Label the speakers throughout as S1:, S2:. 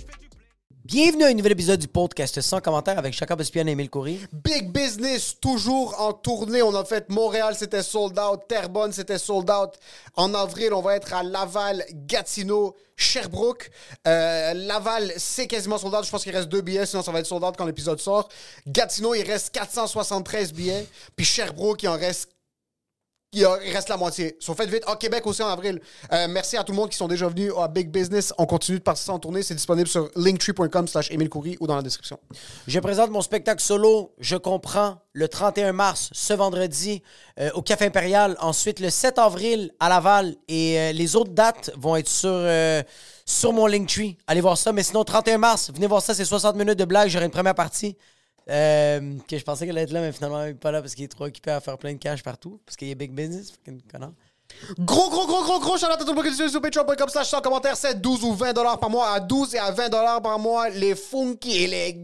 S1: fais du
S2: Bienvenue à un nouvel épisode du podcast sans commentaire avec Chaka Bespian et Emile Coury.
S3: Big business, toujours en tournée. On a fait Montréal, c'était sold out. Terrebonne, c'était sold out. En avril, on va être à Laval, Gatineau, Sherbrooke. Euh, Laval, c'est quasiment sold out. Je pense qu'il reste deux billets, sinon ça va être sold out quand l'épisode sort. Gatineau, il reste 473 billets. Puis Sherbrooke, il en reste il y a- il reste la moitié. Sauf faites vite. Ah, Québec aussi en avril. Euh, merci à tout le monde qui sont déjà venus à Big Business. On continue de participer en tournée. C'est disponible sur linktree.com slash Émile Coury ou dans la description.
S2: Je présente mon spectacle solo, Je comprends, le 31 mars, ce vendredi, euh, au Café Impérial. Ensuite, le 7 avril, à Laval. Et euh, les autres dates vont être sur, euh, sur mon Linktree. Allez voir ça. Mais sinon, 31 mars, venez voir ça, c'est 60 minutes de blague. J'aurai une première partie. euh, que je pensais qu'elle allait être là, mais finalement, elle n'est pas là parce qu'il est trop occupé à faire plein de cash partout. Parce qu'il y a big business, fucking connard.
S3: Gros, gros, gros, gros, gros, shout à tout le monde qui nous suit sur patreon.com slash sans commentaire. C'est 12 ou 20 dollars par mois. À 12 et à 20 dollars par mois, les funky et les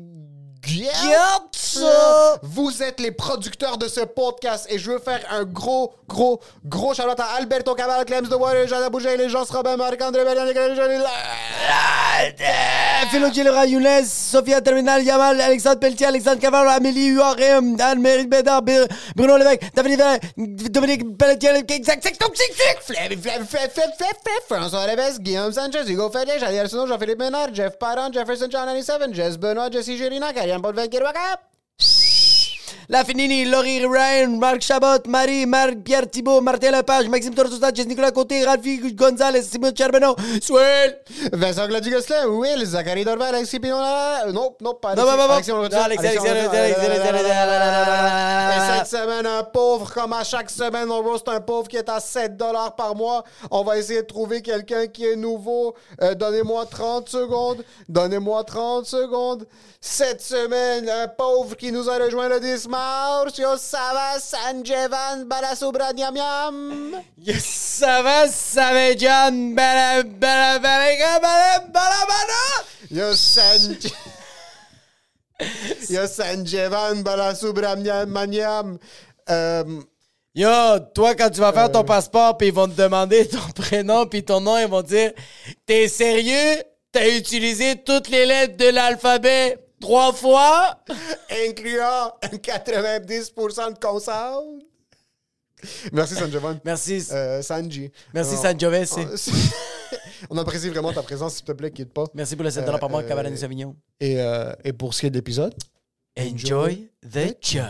S2: Gets.
S3: gets. Vous êtes les producteurs de ce podcast et je veux faire un gros, gros, gros shout à Alberto Cabal, Clems de Water, Jeanne Bouger, les gens Robin, Marc-André Berlin, les gars, les
S2: Philo Gilera, Younes, Sophia Terminal, Yamal, Alexandre Pelletier, Alexandre Cavall, Amélie Huard, Réum, Anne-Marie Bédard, Bir- Bruno Lévesque, David Lévesque, Dominique Pelletier, exact, c'est comme tic tic
S3: François Leves, Guillaume Sanchez, Hugo Ferrier, Jadier Arsenault, Jean-Philippe Ménard, Jeff Parent, Jefferson John 97, Jess Benoit, Jesse Gérina, Karian Paul Venkiroka.
S2: La Finini, Laurie Ryan, Marc Chabot, Marie, Marc, Pierre Thibault, Martin Lepage, Maxime Tortosa, Jess Nicolas Côté, Ralphie Gonzalez, Simon Charbonneau, Swell.
S3: Vincent Gladu-Gosselin, Will, Zachary Dorval, Alexis Pignon, non, non, pas
S2: Non, non, non, non.
S3: Alexis, on le retire.
S2: Non, Alexis,
S3: Alexis, on le
S2: Alexis,
S3: retire.
S2: Alexis, Alexis, Alexis, Alexis.
S3: Et cette semaine, un pauvre, comme à chaque semaine, on roast un pauvre qui est à 7 par mois. On va essayer de trouver quelqu'un qui est nouveau. Euh, Donnez-moi 30 secondes. Donnez-moi 30 secondes. Cette semaine, un pauvre qui nous a rejoint le 10 mars, Yo Savas Sanjevan Balasubraniamiam.
S2: Yes, ça va, ça va, John, bala, bala, bala, bala, bala, bala.
S3: Yo San... Yo Sanjevan Balasubramaniam. Euh,
S2: Yo, toi, quand tu vas faire ton passeport, puis ils vont te demander ton prénom, puis ton nom, ils vont dire T'es sérieux T'as utilisé toutes les lettres de l'alphabet trois fois
S3: incluant un 90% de consonnes. Merci Sanjevan.
S2: Merci.
S3: Euh, Sanji.
S2: Merci,
S3: On-
S2: Sangiovese.
S3: On apprécie vraiment ta présence, s'il te plaît, quitte pas.
S2: Merci pour le 7
S3: Euh,
S2: par mois,
S3: euh,
S2: Cabernet Sauvignon.
S3: Et, euh, et pour ce qui est de l'épisode,
S2: Enjoy the show.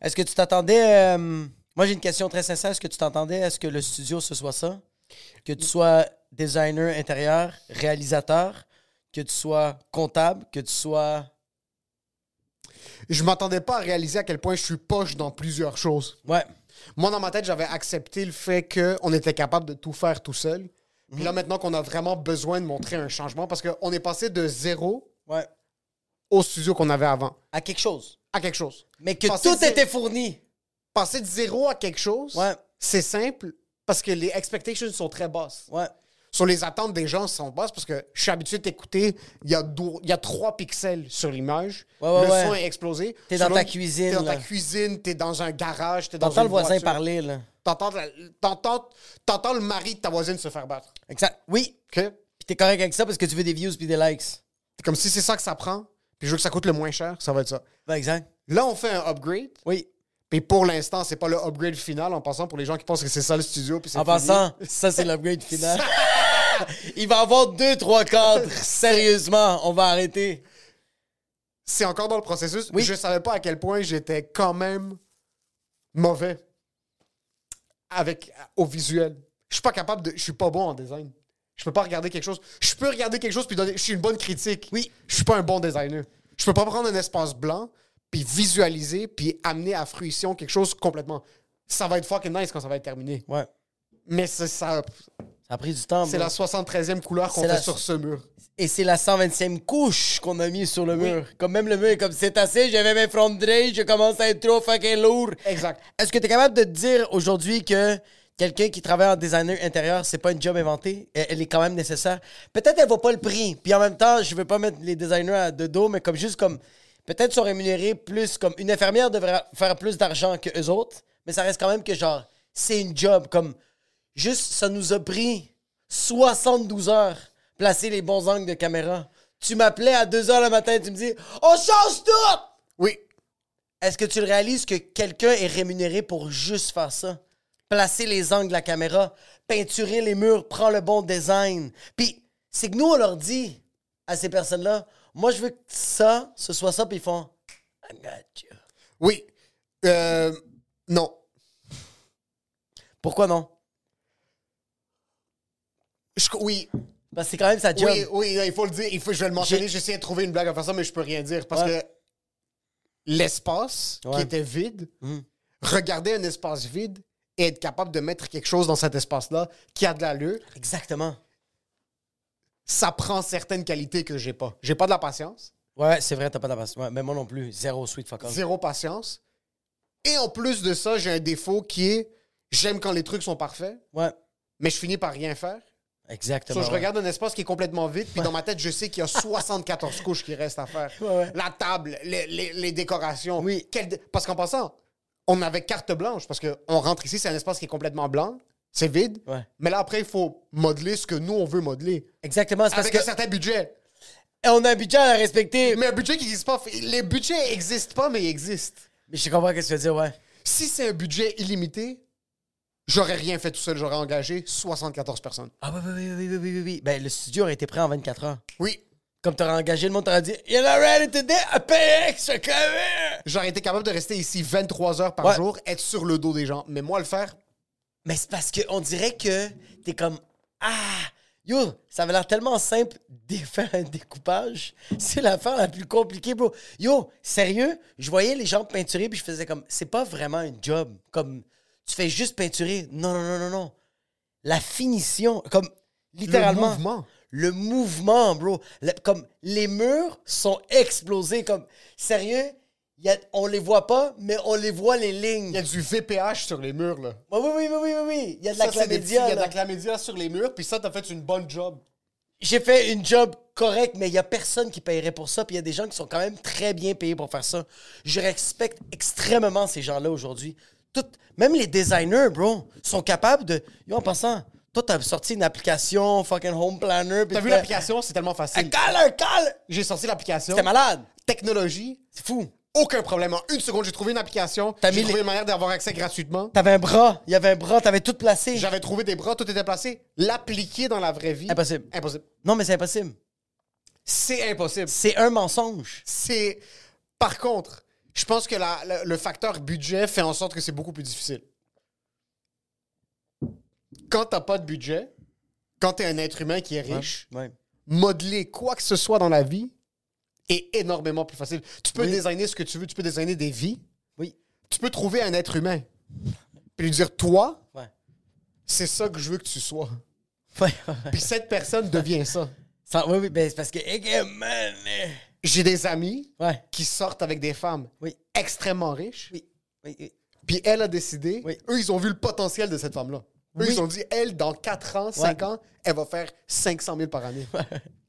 S2: Est-ce que tu t'attendais... euh, moi, j'ai une question très sincère. Est-ce que tu t'attendais à ce que le studio, ce soit ça? Que tu sois designer intérieur, réalisateur, que tu sois comptable, que tu sois...
S3: je m'attendais pas à réaliser à quel point je suis poche dans plusieurs choses.
S2: Ouais.
S3: Moi, dans ma tête, j'avais accepté le fait qu'on était capable de tout faire tout seul. Puis
S2: Mhm.
S3: là, maintenant qu'on a vraiment besoin de montrer un changement, parce qu'on est passé de zéro
S2: Ouais.
S3: au studio qu'on avait avant,
S2: à quelque chose.
S3: à quelque chose.
S2: Mais que
S3: Passer
S2: tout
S3: de zéro-
S2: était fourni.
S3: Passer de zéro à quelque chose,
S2: Ouais.
S3: c'est simple, parce que les expectations sont très basses.
S2: Ouais.
S3: Sur les attentes des gens sont basses parce que je suis habitué de t'écouter, il y, a dou- il y a trois pixels sur l'image,
S2: Ouais, ouais,
S3: le
S2: ouais.
S3: son est explosé.
S2: T'es dans
S3: Selon-
S2: ta cuisine,
S3: T'es dans ta
S2: là.
S3: cuisine, t'es dans un garage, t'es dans
S2: T'entends
S3: une
S2: le voisin
S3: voiture.
S2: parler, là.
S3: T'entends, la- t'entends, t'entends le mari de ta voisine se faire battre.
S2: Exact. Oui.
S3: OK?
S2: Puis t'es correct avec ça parce que tu veux des views puis des likes.
S3: C'est comme si c'est ça que ça prend, puis je veux que ça coûte le moins cher, ça va être ça.
S2: Ben, exact.
S3: Là, on fait un upgrade,
S2: Oui.
S3: puis pour l'instant, c'est pas le upgrade final en passant pour les gens qui pensent que c'est ça le studio. Puis c'est
S2: En
S3: fini.
S2: passant, ça, c'est l'upgrade final. Il va avoir deux, trois cadres. Sérieusement, on va arrêter.
S3: c'est encore dans le processus.
S2: Oui.
S3: Je savais pas à quel point j'étais quand même mauvais avec au visuel. Je suis pas capable de. Je suis pas bon en design. Je peux pas regarder quelque chose. Je peux regarder quelque chose puis donner. Je suis une bonne critique.
S2: Oui.
S3: Je suis pas un bon designer. Je peux pas prendre un espace blanc puis visualiser puis amener à fruition quelque chose complètement. Ça va être fucking nice quand ça va être terminé.
S2: Ouais.
S3: Mais c'est ça.
S2: Ça a pris du temps.
S3: C'est
S2: bro.
S3: la 73e couleur qu'on
S2: C'est
S3: fait
S2: la-
S3: sur ce mur.
S2: Et c'est la 125e couche qu'on a mis sur le mur. Comme même le mur est comme c'est assez, je vais m'effondrer, je commence à être trop fucking lourd.
S3: Exact.
S2: Est-ce que tu es capable de te dire aujourd'hui que quelqu'un qui travaille en designer intérieur, c'est pas une job inventée? Elle, elle est quand même nécessaire. Peut-être elle vaut pas le prix. Puis en même temps, je veux pas mettre les designers à de dos, mais comme juste comme. Peut-être sont rémunérés plus comme une infirmière devrait faire plus d'argent que eux autres, mais ça reste quand même que genre, c'est une job. Comme juste, ça nous a pris 72 heures placer les bons angles de caméra. Tu m'appelais à 2 heures le matin et tu me dis On change tout!
S3: Oui.
S2: Est-ce que tu le réalises que quelqu'un est rémunéré pour juste faire ça? Placer les angles de la caméra, peinturer les murs, prendre le bon design. Puis, c'est que nous, on leur dit à ces personnes-là, moi, je veux que ça, ce soit ça, puis ils font, I got you.
S3: Oui. Euh, non.
S2: Pourquoi non?
S3: Je- oui.
S2: Parce que c'est quand même sa job.
S3: Oui, oui, il faut le dire. Il faut, je vais le mentionner.
S2: J'ai-
S3: J'essayais de trouver une blague à faire ça, mais je peux rien dire parce
S2: Ouais.
S3: que l'espace qui
S2: Ouais. Hmm.
S3: était vide, regarder un espace vide et être capable de mettre quelque chose dans cet espace-là qui a de l'allure,
S2: Exactement.
S3: ça prend certaines qualités que j'ai pas. J'ai pas de la patience,
S2: Ouais, c'est vrai, t'as pas d'avance. Ouais, mais moi non plus. Zéro sweet fuck off.
S3: zéro patience. Et en plus de ça, j'ai un défaut qui est j'aime quand les trucs sont parfaits,
S2: Ouais,
S3: mais je finis par rien faire.
S2: exactement.
S3: So, je
S2: ouais.
S3: regarde un espace qui est complètement vide, puis dans ma tête, je sais qu'il y a 74 couches qui restent à faire.
S2: Ouais, ouais.
S3: La table, les, les- les décorations.
S2: Oui.
S3: Quel dé- Parce qu'en passant, on avait carte blanche, parce qu'on rentre ici, c'est un espace qui est complètement blanc, c'est vide.
S2: Ouais.
S3: Mais là, après, il faut modeler ce que nous, on veut modeler.
S2: Exactement, c'est parce
S3: Avec
S2: que
S3: un certain budget.
S2: on a un budget à respecter. Mais
S3: Mais un budget qui n'existe pas. Les budgets n'existent pas, mais ils existent.
S2: je comprends ce que tu veux dire, ouais.
S3: Si c'est un budget illimité, j'aurais rien fait tout seul, j'aurais engagé 74 personnes.
S2: Ah oui, oui, oui, oui, oui, oui, oui. Ben, le studio aurait été prêt en 24 heures.
S3: Oui.
S2: Comme t'aurais engagé le monde, t'aurais dit « You're not ready today, I pay extra cover!
S3: J'aurais été capable de rester ici 23 heures par
S2: Ouais.
S3: jour, être sur le dos des gens. Mais moi, le faire, »
S2: Mais c'est parce qu'on dirait que t'es comme « Ah! Yo, ça avait l'air tellement simple de faire un découpage. C'est l'affaire la plus compliquée, bro. Yo, sérieux, je voyais les gens peinturer puis je faisais comme « C'est pas vraiment un job. Comme, tu fais juste peinturer. Non, non, non, non, non. La finition, comme, littéralement.
S3: le mouvement.
S2: Le mouvement, bro. Le- comme les murs sont explosés. Comme sérieux, y a- on les voit pas, mais on les voit les lignes.
S3: Il y a du VPH sur les murs, là.
S2: Ouais, oui, oui, oui, oui, oui, oui. Il y a de la
S3: Ça, c'est des petits- Il y
S2: clamédia.
S3: a de la
S2: là.
S3: clamédia sur les murs, puis ça, t'as fait une bonne job.
S2: J'ai fait une job correcte, mais il y a personne qui paierait pour ça. Puis il y a des gens qui sont quand même très bien payés pour faire ça. Je respecte extrêmement ces gens-là aujourd'hui. Tout, même les designers, bro, sont capables de. Yo, en passant, toi, t'as sorti une application, fucking Home Planner. puis Ah,
S3: T'as vu
S2: t'as-
S3: l'application? C'est tellement facile.
S2: Cale, cale!
S3: J'ai sorti l'application.
S2: T'es malade!
S3: Technologie,
S2: C'est fou!
S3: aucun problème. En une seconde, j'ai trouvé une application.
S2: T'as
S3: J'ai
S2: mis
S3: trouvé
S2: les-
S3: une manière d'avoir accès gratuitement.
S2: T'avais un bras, il y avait un bras, t'avais tout placé.
S3: J'avais trouvé des bras, tout était placé. L'appliquer dans la vraie vie.
S2: Impossible.
S3: Impossible.
S2: Non, mais c'est impossible.
S3: C'est impossible.
S2: C'est un mensonge.
S3: C'est. Par contre, je pense que la- la- le facteur budget fait en sorte que c'est beaucoup plus difficile. Quand t'as pas de budget, quand t'es un être humain qui est riche,
S2: Ouais.
S3: modeler quoi que ce soit dans la vie est énormément plus facile. Tu peux
S2: Oui.
S3: designer ce que tu veux, tu peux designer des vies,
S2: Oui.
S3: tu peux trouver un être humain puis lui dire toi,
S2: Ouais.
S3: c'est ça que je veux que tu sois.
S2: Ouais, ouais.
S3: Puis cette personne devient ça.
S2: Ça- oui, oui, ben, c'est parce que. eh, eh, man, eh.
S3: J'ai des amis
S2: Ouais.
S3: qui sortent avec des femmes
S2: Oui.
S3: extrêmement riches.
S2: Oui. oui, oui.
S3: Puis elle a décidé.
S2: Oui.
S3: Eux, ils ont vu le potentiel de cette femme-là. Eux,
S2: Oui.
S3: ils ont dit, elle, dans 4 ans, 5 ans, elle va faire 500 000 par année.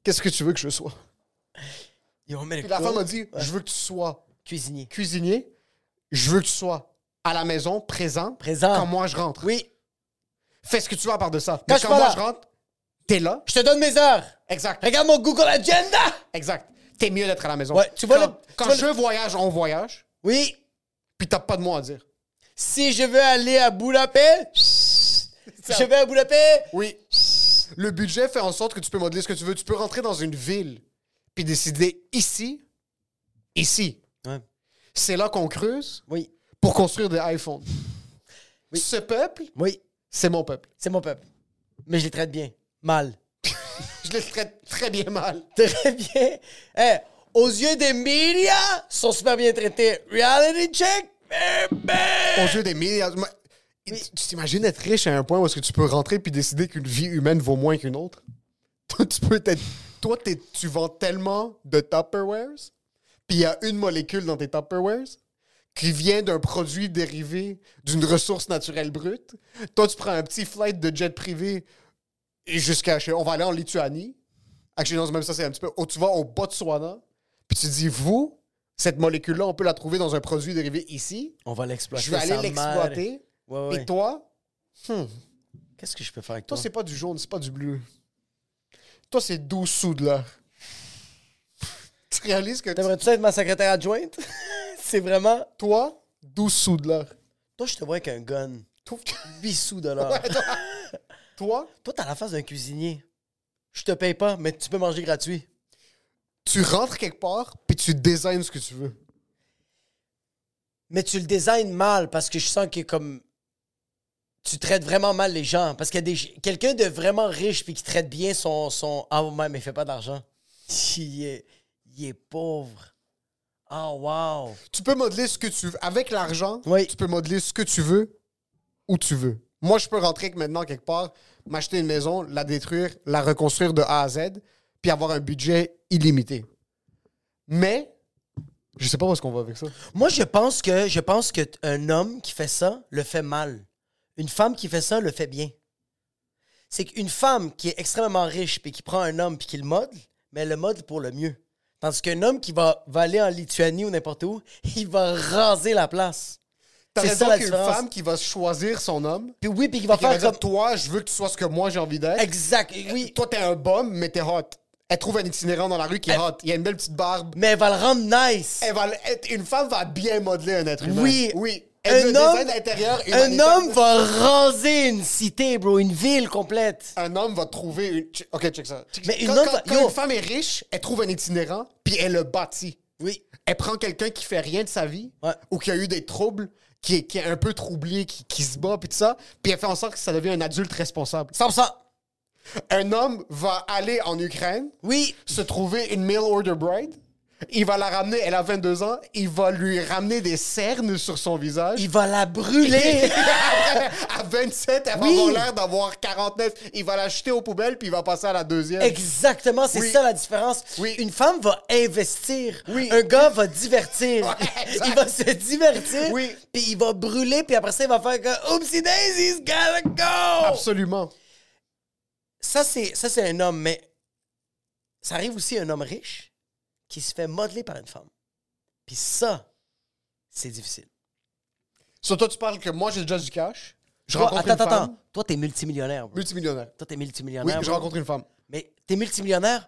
S3: Qu'est-ce que tu veux que je sois?
S2: Yo, mais
S3: Puis la
S2: quoi?
S3: femme a dit, je veux que tu sois
S2: Cuisinier.
S3: cuisinier, je veux que tu sois à la maison, présent,
S2: Présent.
S3: quand moi je rentre.
S2: Oui,
S3: Fais ce que tu veux à part de ça.
S2: Quand
S3: Mais
S2: je
S3: quand
S2: suis pas là.
S3: moi je rentre, t'es là.
S2: je te donne mes heures.
S3: Exact,
S2: Regarde mon Google Agenda.
S3: exact. T'es mieux d'être à la maison.
S2: Ouais, tu vois
S3: quand
S2: le- tu
S3: quand
S2: vois le-
S3: je voyage, on voyage,
S2: Oui,
S3: puis t'as pas de moi à dire.
S2: si je veux aller à Budapest, je vais à Budapest.
S3: Oui. Le budget fait en sorte que tu peux modeler ce que tu veux. Tu peux rentrer dans une ville puis décider ici, ici.
S2: Ouais.
S3: C'est là qu'on creuse
S2: Oui,
S3: pour construire des iPhones. Ce peuple,
S2: oui,
S3: c'est mon peuple.
S2: c'est mon peuple. Mais je les traite bien. Mal.
S3: Je le traite très bien mal.
S2: Très bien. Eh, aux yeux des médias, ils sont super bien traités. Reality check. eh, ben.
S3: Aux yeux des milliards. Tu tu t'imagines être riche à un point où est-ce que tu peux rentrer puis décider qu'une vie humaine vaut moins qu'une autre? Toi, tu peux être. Toi, t'es- tu vends tellement de Tupperwares, puis il y a une molécule dans tes Tupperwares qui vient d'un produit dérivé d'une ressource naturelle brute. Toi, tu prends un petit flight de jet privé jusqu'à. chez- On va aller en Lituanie. Actually, non, même ça, c'est un petit peu. oh, tu vas au Botswana, puis tu dis, vous, cette molécule-là, on peut la trouver dans un produit dérivé ici
S2: On va l'exploiter.
S3: je vais aller
S2: sa mère.
S3: l'exploiter.
S2: Ouais, ouais.
S3: Et toi,
S2: Qu'est-ce que je peux faire avec toi?
S3: toi, c'est pas du jaune, c'est pas du bleu. Toi, c'est 12 sous de l'heure. tu réalises que tu-
S2: T'aimerais-tu ça être ma secrétaire adjointe? c'est vraiment.
S3: toi, 12 sous de l'heure.
S2: Toi, je te vois avec un gun.
S3: Toi,
S2: 8 sous de l'heure.
S3: toi,
S2: Toi, t'as la face d'un cuisinier. Je te paye pas, mais tu peux manger gratuit.
S3: tu rentres quelque part, puis tu designes ce que tu veux.
S2: Mais tu le designes mal parce que je sens que comme. Tu traites vraiment mal les gens. Parce qu'il y a des. Quelqu'un de vraiment riche puis qui traite bien son. son... Ah, ouais, mais il fait pas d'argent. Il est. Il est pauvre. Ah, wow.
S3: Tu peux modeler ce que tu veux. Avec l'argent,
S2: Oui.
S3: tu peux modeler ce que tu veux, où tu veux. Moi, je peux rentrer que maintenant quelque part, m'acheter une maison, la détruire, la reconstruire de A à Z, puis avoir un budget illimité. Mais, je sais pas où est-ce qu'on va avec ça.
S2: Moi, je pense que. Je pense que t- un homme qui fait ça le fait mal. Une femme qui fait ça le fait bien. C'est qu'une femme qui est extrêmement riche puis qui prend un homme puis qui le modèle, mais elle le modèle pour le mieux. Tandis qu'un homme qui va, va aller en Lituanie ou n'importe où, il va raser la place.
S3: T'as
S2: C'est
S3: raison
S2: ça, la
S3: qu'une
S2: différence.
S3: femme qui va choisir son homme,
S2: Puis oui, puis qui va
S3: qui va
S2: faire
S3: dire
S2: comme...
S3: Toi, je veux que tu sois ce que moi j'ai envie d'être.
S2: Exact, oui.
S3: Toi, t'es un bum, mais t'es hot. Elle trouve un itinérant dans la rue qui est hot. Il a une belle petite barbe.
S2: Mais elle va le rendre nice.
S3: Elle va, être- une femme va bien modeler un être humain.
S2: Oui.
S3: Oui.
S2: Un
S3: Elle le
S2: homme,
S3: design intérieur
S2: un
S3: humanitaire.
S2: homme va raser une cité, bro, une ville complète.
S3: un homme va trouver une. che- Ok, check ça. Check-
S2: Mais une
S3: quand,
S2: homme
S3: quand-
S2: va-
S3: quand
S2: yo.
S3: une femme est riche, elle trouve un itinérant, puis elle le bâtit.
S2: Oui.
S3: Elle prend quelqu'un qui fait rien de sa vie,
S2: Ouais.
S3: ou qui a eu des troubles, qui est, qui est un peu troublé, qui, qui se bat, puis tout ça, puis elle fait en sorte que ça devient un adulte responsable.
S2: 100%.
S3: Un homme va aller en Ukraine,
S2: Oui.
S3: se trouver une mail order bride, il va la ramener, elle a 22 ans, il va lui ramener des cernes sur son visage.
S2: Il va la brûler.
S3: à 27, elle va
S2: Oui.
S3: avoir l'air d'avoir 49. Il va la jeter aux poubelles, puis il va passer à la deuxième.
S2: Exactement, c'est
S3: Oui.
S2: ça la différence.
S3: Oui.
S2: Une femme va investir.
S3: Oui.
S2: Un gars va divertir.
S3: Ouais, exact.
S2: il va se divertir.
S3: Oui.
S2: Puis il va brûler, puis après ça, il va faire que Oopsie Daisy's gotta go!
S3: Absolument.
S2: Ça, c'est, ça, c'est un homme, mais ça arrive aussi à un homme riche qui se fait modeler par une femme. Puis ça, c'est difficile.
S3: Sur toi, tu parles que moi, j'ai déjà du cash. Je
S2: Toi,
S3: rencontre
S2: attends,
S3: une
S2: attends,
S3: femme.
S2: attends. Toi, t'es multimillionnaire. bro.
S3: Multimillionnaire.
S2: Toi, t'es
S3: Oui,
S2: multimillionnaire.
S3: je
S2: bro.
S3: rencontre une femme.
S2: Mais t'es multimillionnaire,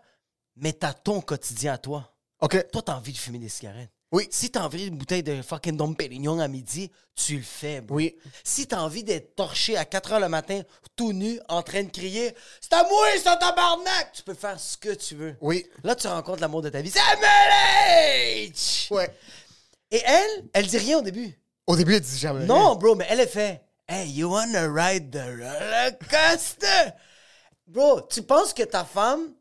S2: mais t'as ton quotidien à toi.
S3: OK.
S2: Toi, t'as envie de fumer des cigarettes.
S3: Oui.
S2: Si t'as envie d'une bouteille de fucking Dom Pérignon à midi, tu le fais. bro.
S3: Oui.
S2: Si t'as envie d'être torché à 4 h le matin, tout nu, en train de crier C'est à moi, c'est un tabarnak Tu peux faire ce que tu veux.
S3: Oui.
S2: Là, tu rencontres l'amour de ta vie. C'est Amélie H!
S3: Ouais.
S2: Et elle, elle dit rien au début.
S3: Au début, elle dit jamais.
S2: Non, bro, mais elle, elle fait Hey, you wanna ride the roller coaster? Bro, tu penses que ta femme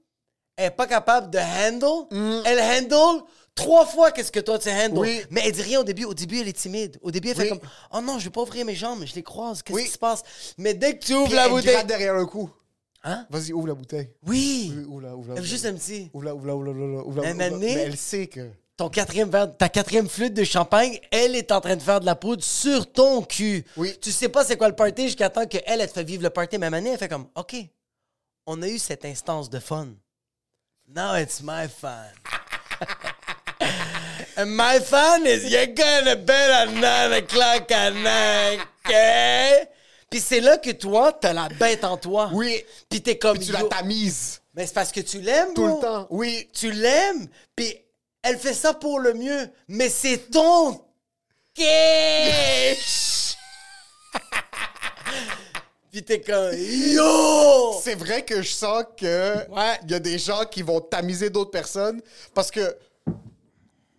S2: est pas capable de handle? Elle handle trois fois qu'est-ce que toi tu handles.
S3: Mm. Oui.
S2: Mais elle dit rien au début. Au début, elle est timide. Au début, elle fait
S3: Oui.
S2: comme Oh non, je vais pas ouvrir mes jambes, je les croise. Qu'est-ce
S3: Oui.
S2: qui se passe? Mais dès que tu ouvres
S3: Puis
S2: la
S3: elle
S2: bouteille.
S3: gratte derrière le cou.
S2: Hein?
S3: Vas-y, ouvre la bouteille.
S2: Oui!
S3: Oui, ouvre la, ouvre la.
S2: Elle veut
S3: bouteille.
S2: juste un petit.
S3: Ouvre la, ouvre la, ouvre la, ouvre la, ouvre la,
S2: Mais
S3: ouvre la.
S2: maintenant-
S3: Mais elle sait que.
S2: ton quatrième verre- ta quatrième flûte de champagne, elle est en train de faire de la poudre sur ton cul.
S3: Oui.
S2: Tu sais pas c'est quoi le party jusqu'à temps qu'elle, elle te fait vivre le party. Même année, elle fait comme, OK, on a eu cette instance de fun. Now it's my fun. And my fun is you're gonna bed at 9 o'clock at night, OK? Puis c'est là que toi, t'as la bête en toi.
S3: Oui.
S2: Puis t'es comme,
S3: Puis tu la
S2: yo-
S3: tamises
S2: mais c'est parce que tu l'aimes,
S3: tout
S2: bro.
S3: le temps. Oui.
S2: Tu l'aimes, puis elle fait ça pour le mieux. Mais c'est ton cash. puis t'es comme yo.
S3: C'est vrai que je sens que
S2: Ouais.
S3: il y a des gens qui vont tamiser d'autres personnes parce que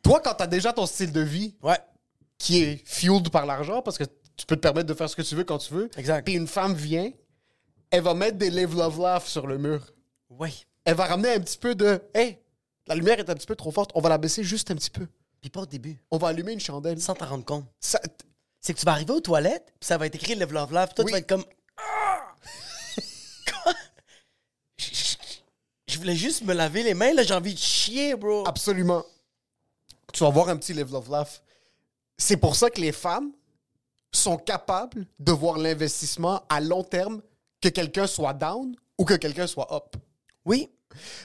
S3: toi, quand t'as déjà ton style de vie
S2: Ouais.
S3: qui est fueled par l'argent, parce que tu peux te permettre de faire ce que tu veux quand tu veux,
S2: Exact.
S3: puis une femme vient, elle va mettre des Live Love Laugh sur le mur.
S2: Oui.
S3: Elle va ramener un petit peu de Hey, la lumière est un petit peu trop forte, on va la baisser juste un petit peu.
S2: Puis pas au début,
S3: On va allumer une chandelle.
S2: sans t'en rendre compte.
S3: Ça-
S2: C'est que tu vas arriver aux toilettes, puis ça va être écrit le love love, puis toi
S3: Oui.
S2: tu vas être comme Ah! Quoi? Je- je- Je voulais juste me laver les mains, là j'ai envie de chier, bro.
S3: Ah. Absolument. Tu vas voir un petit Live Love Laugh. C'est pour ça que les femmes sont capables de voir l'investissement à long terme, que quelqu'un soit down ou que quelqu'un soit up.
S2: Oui.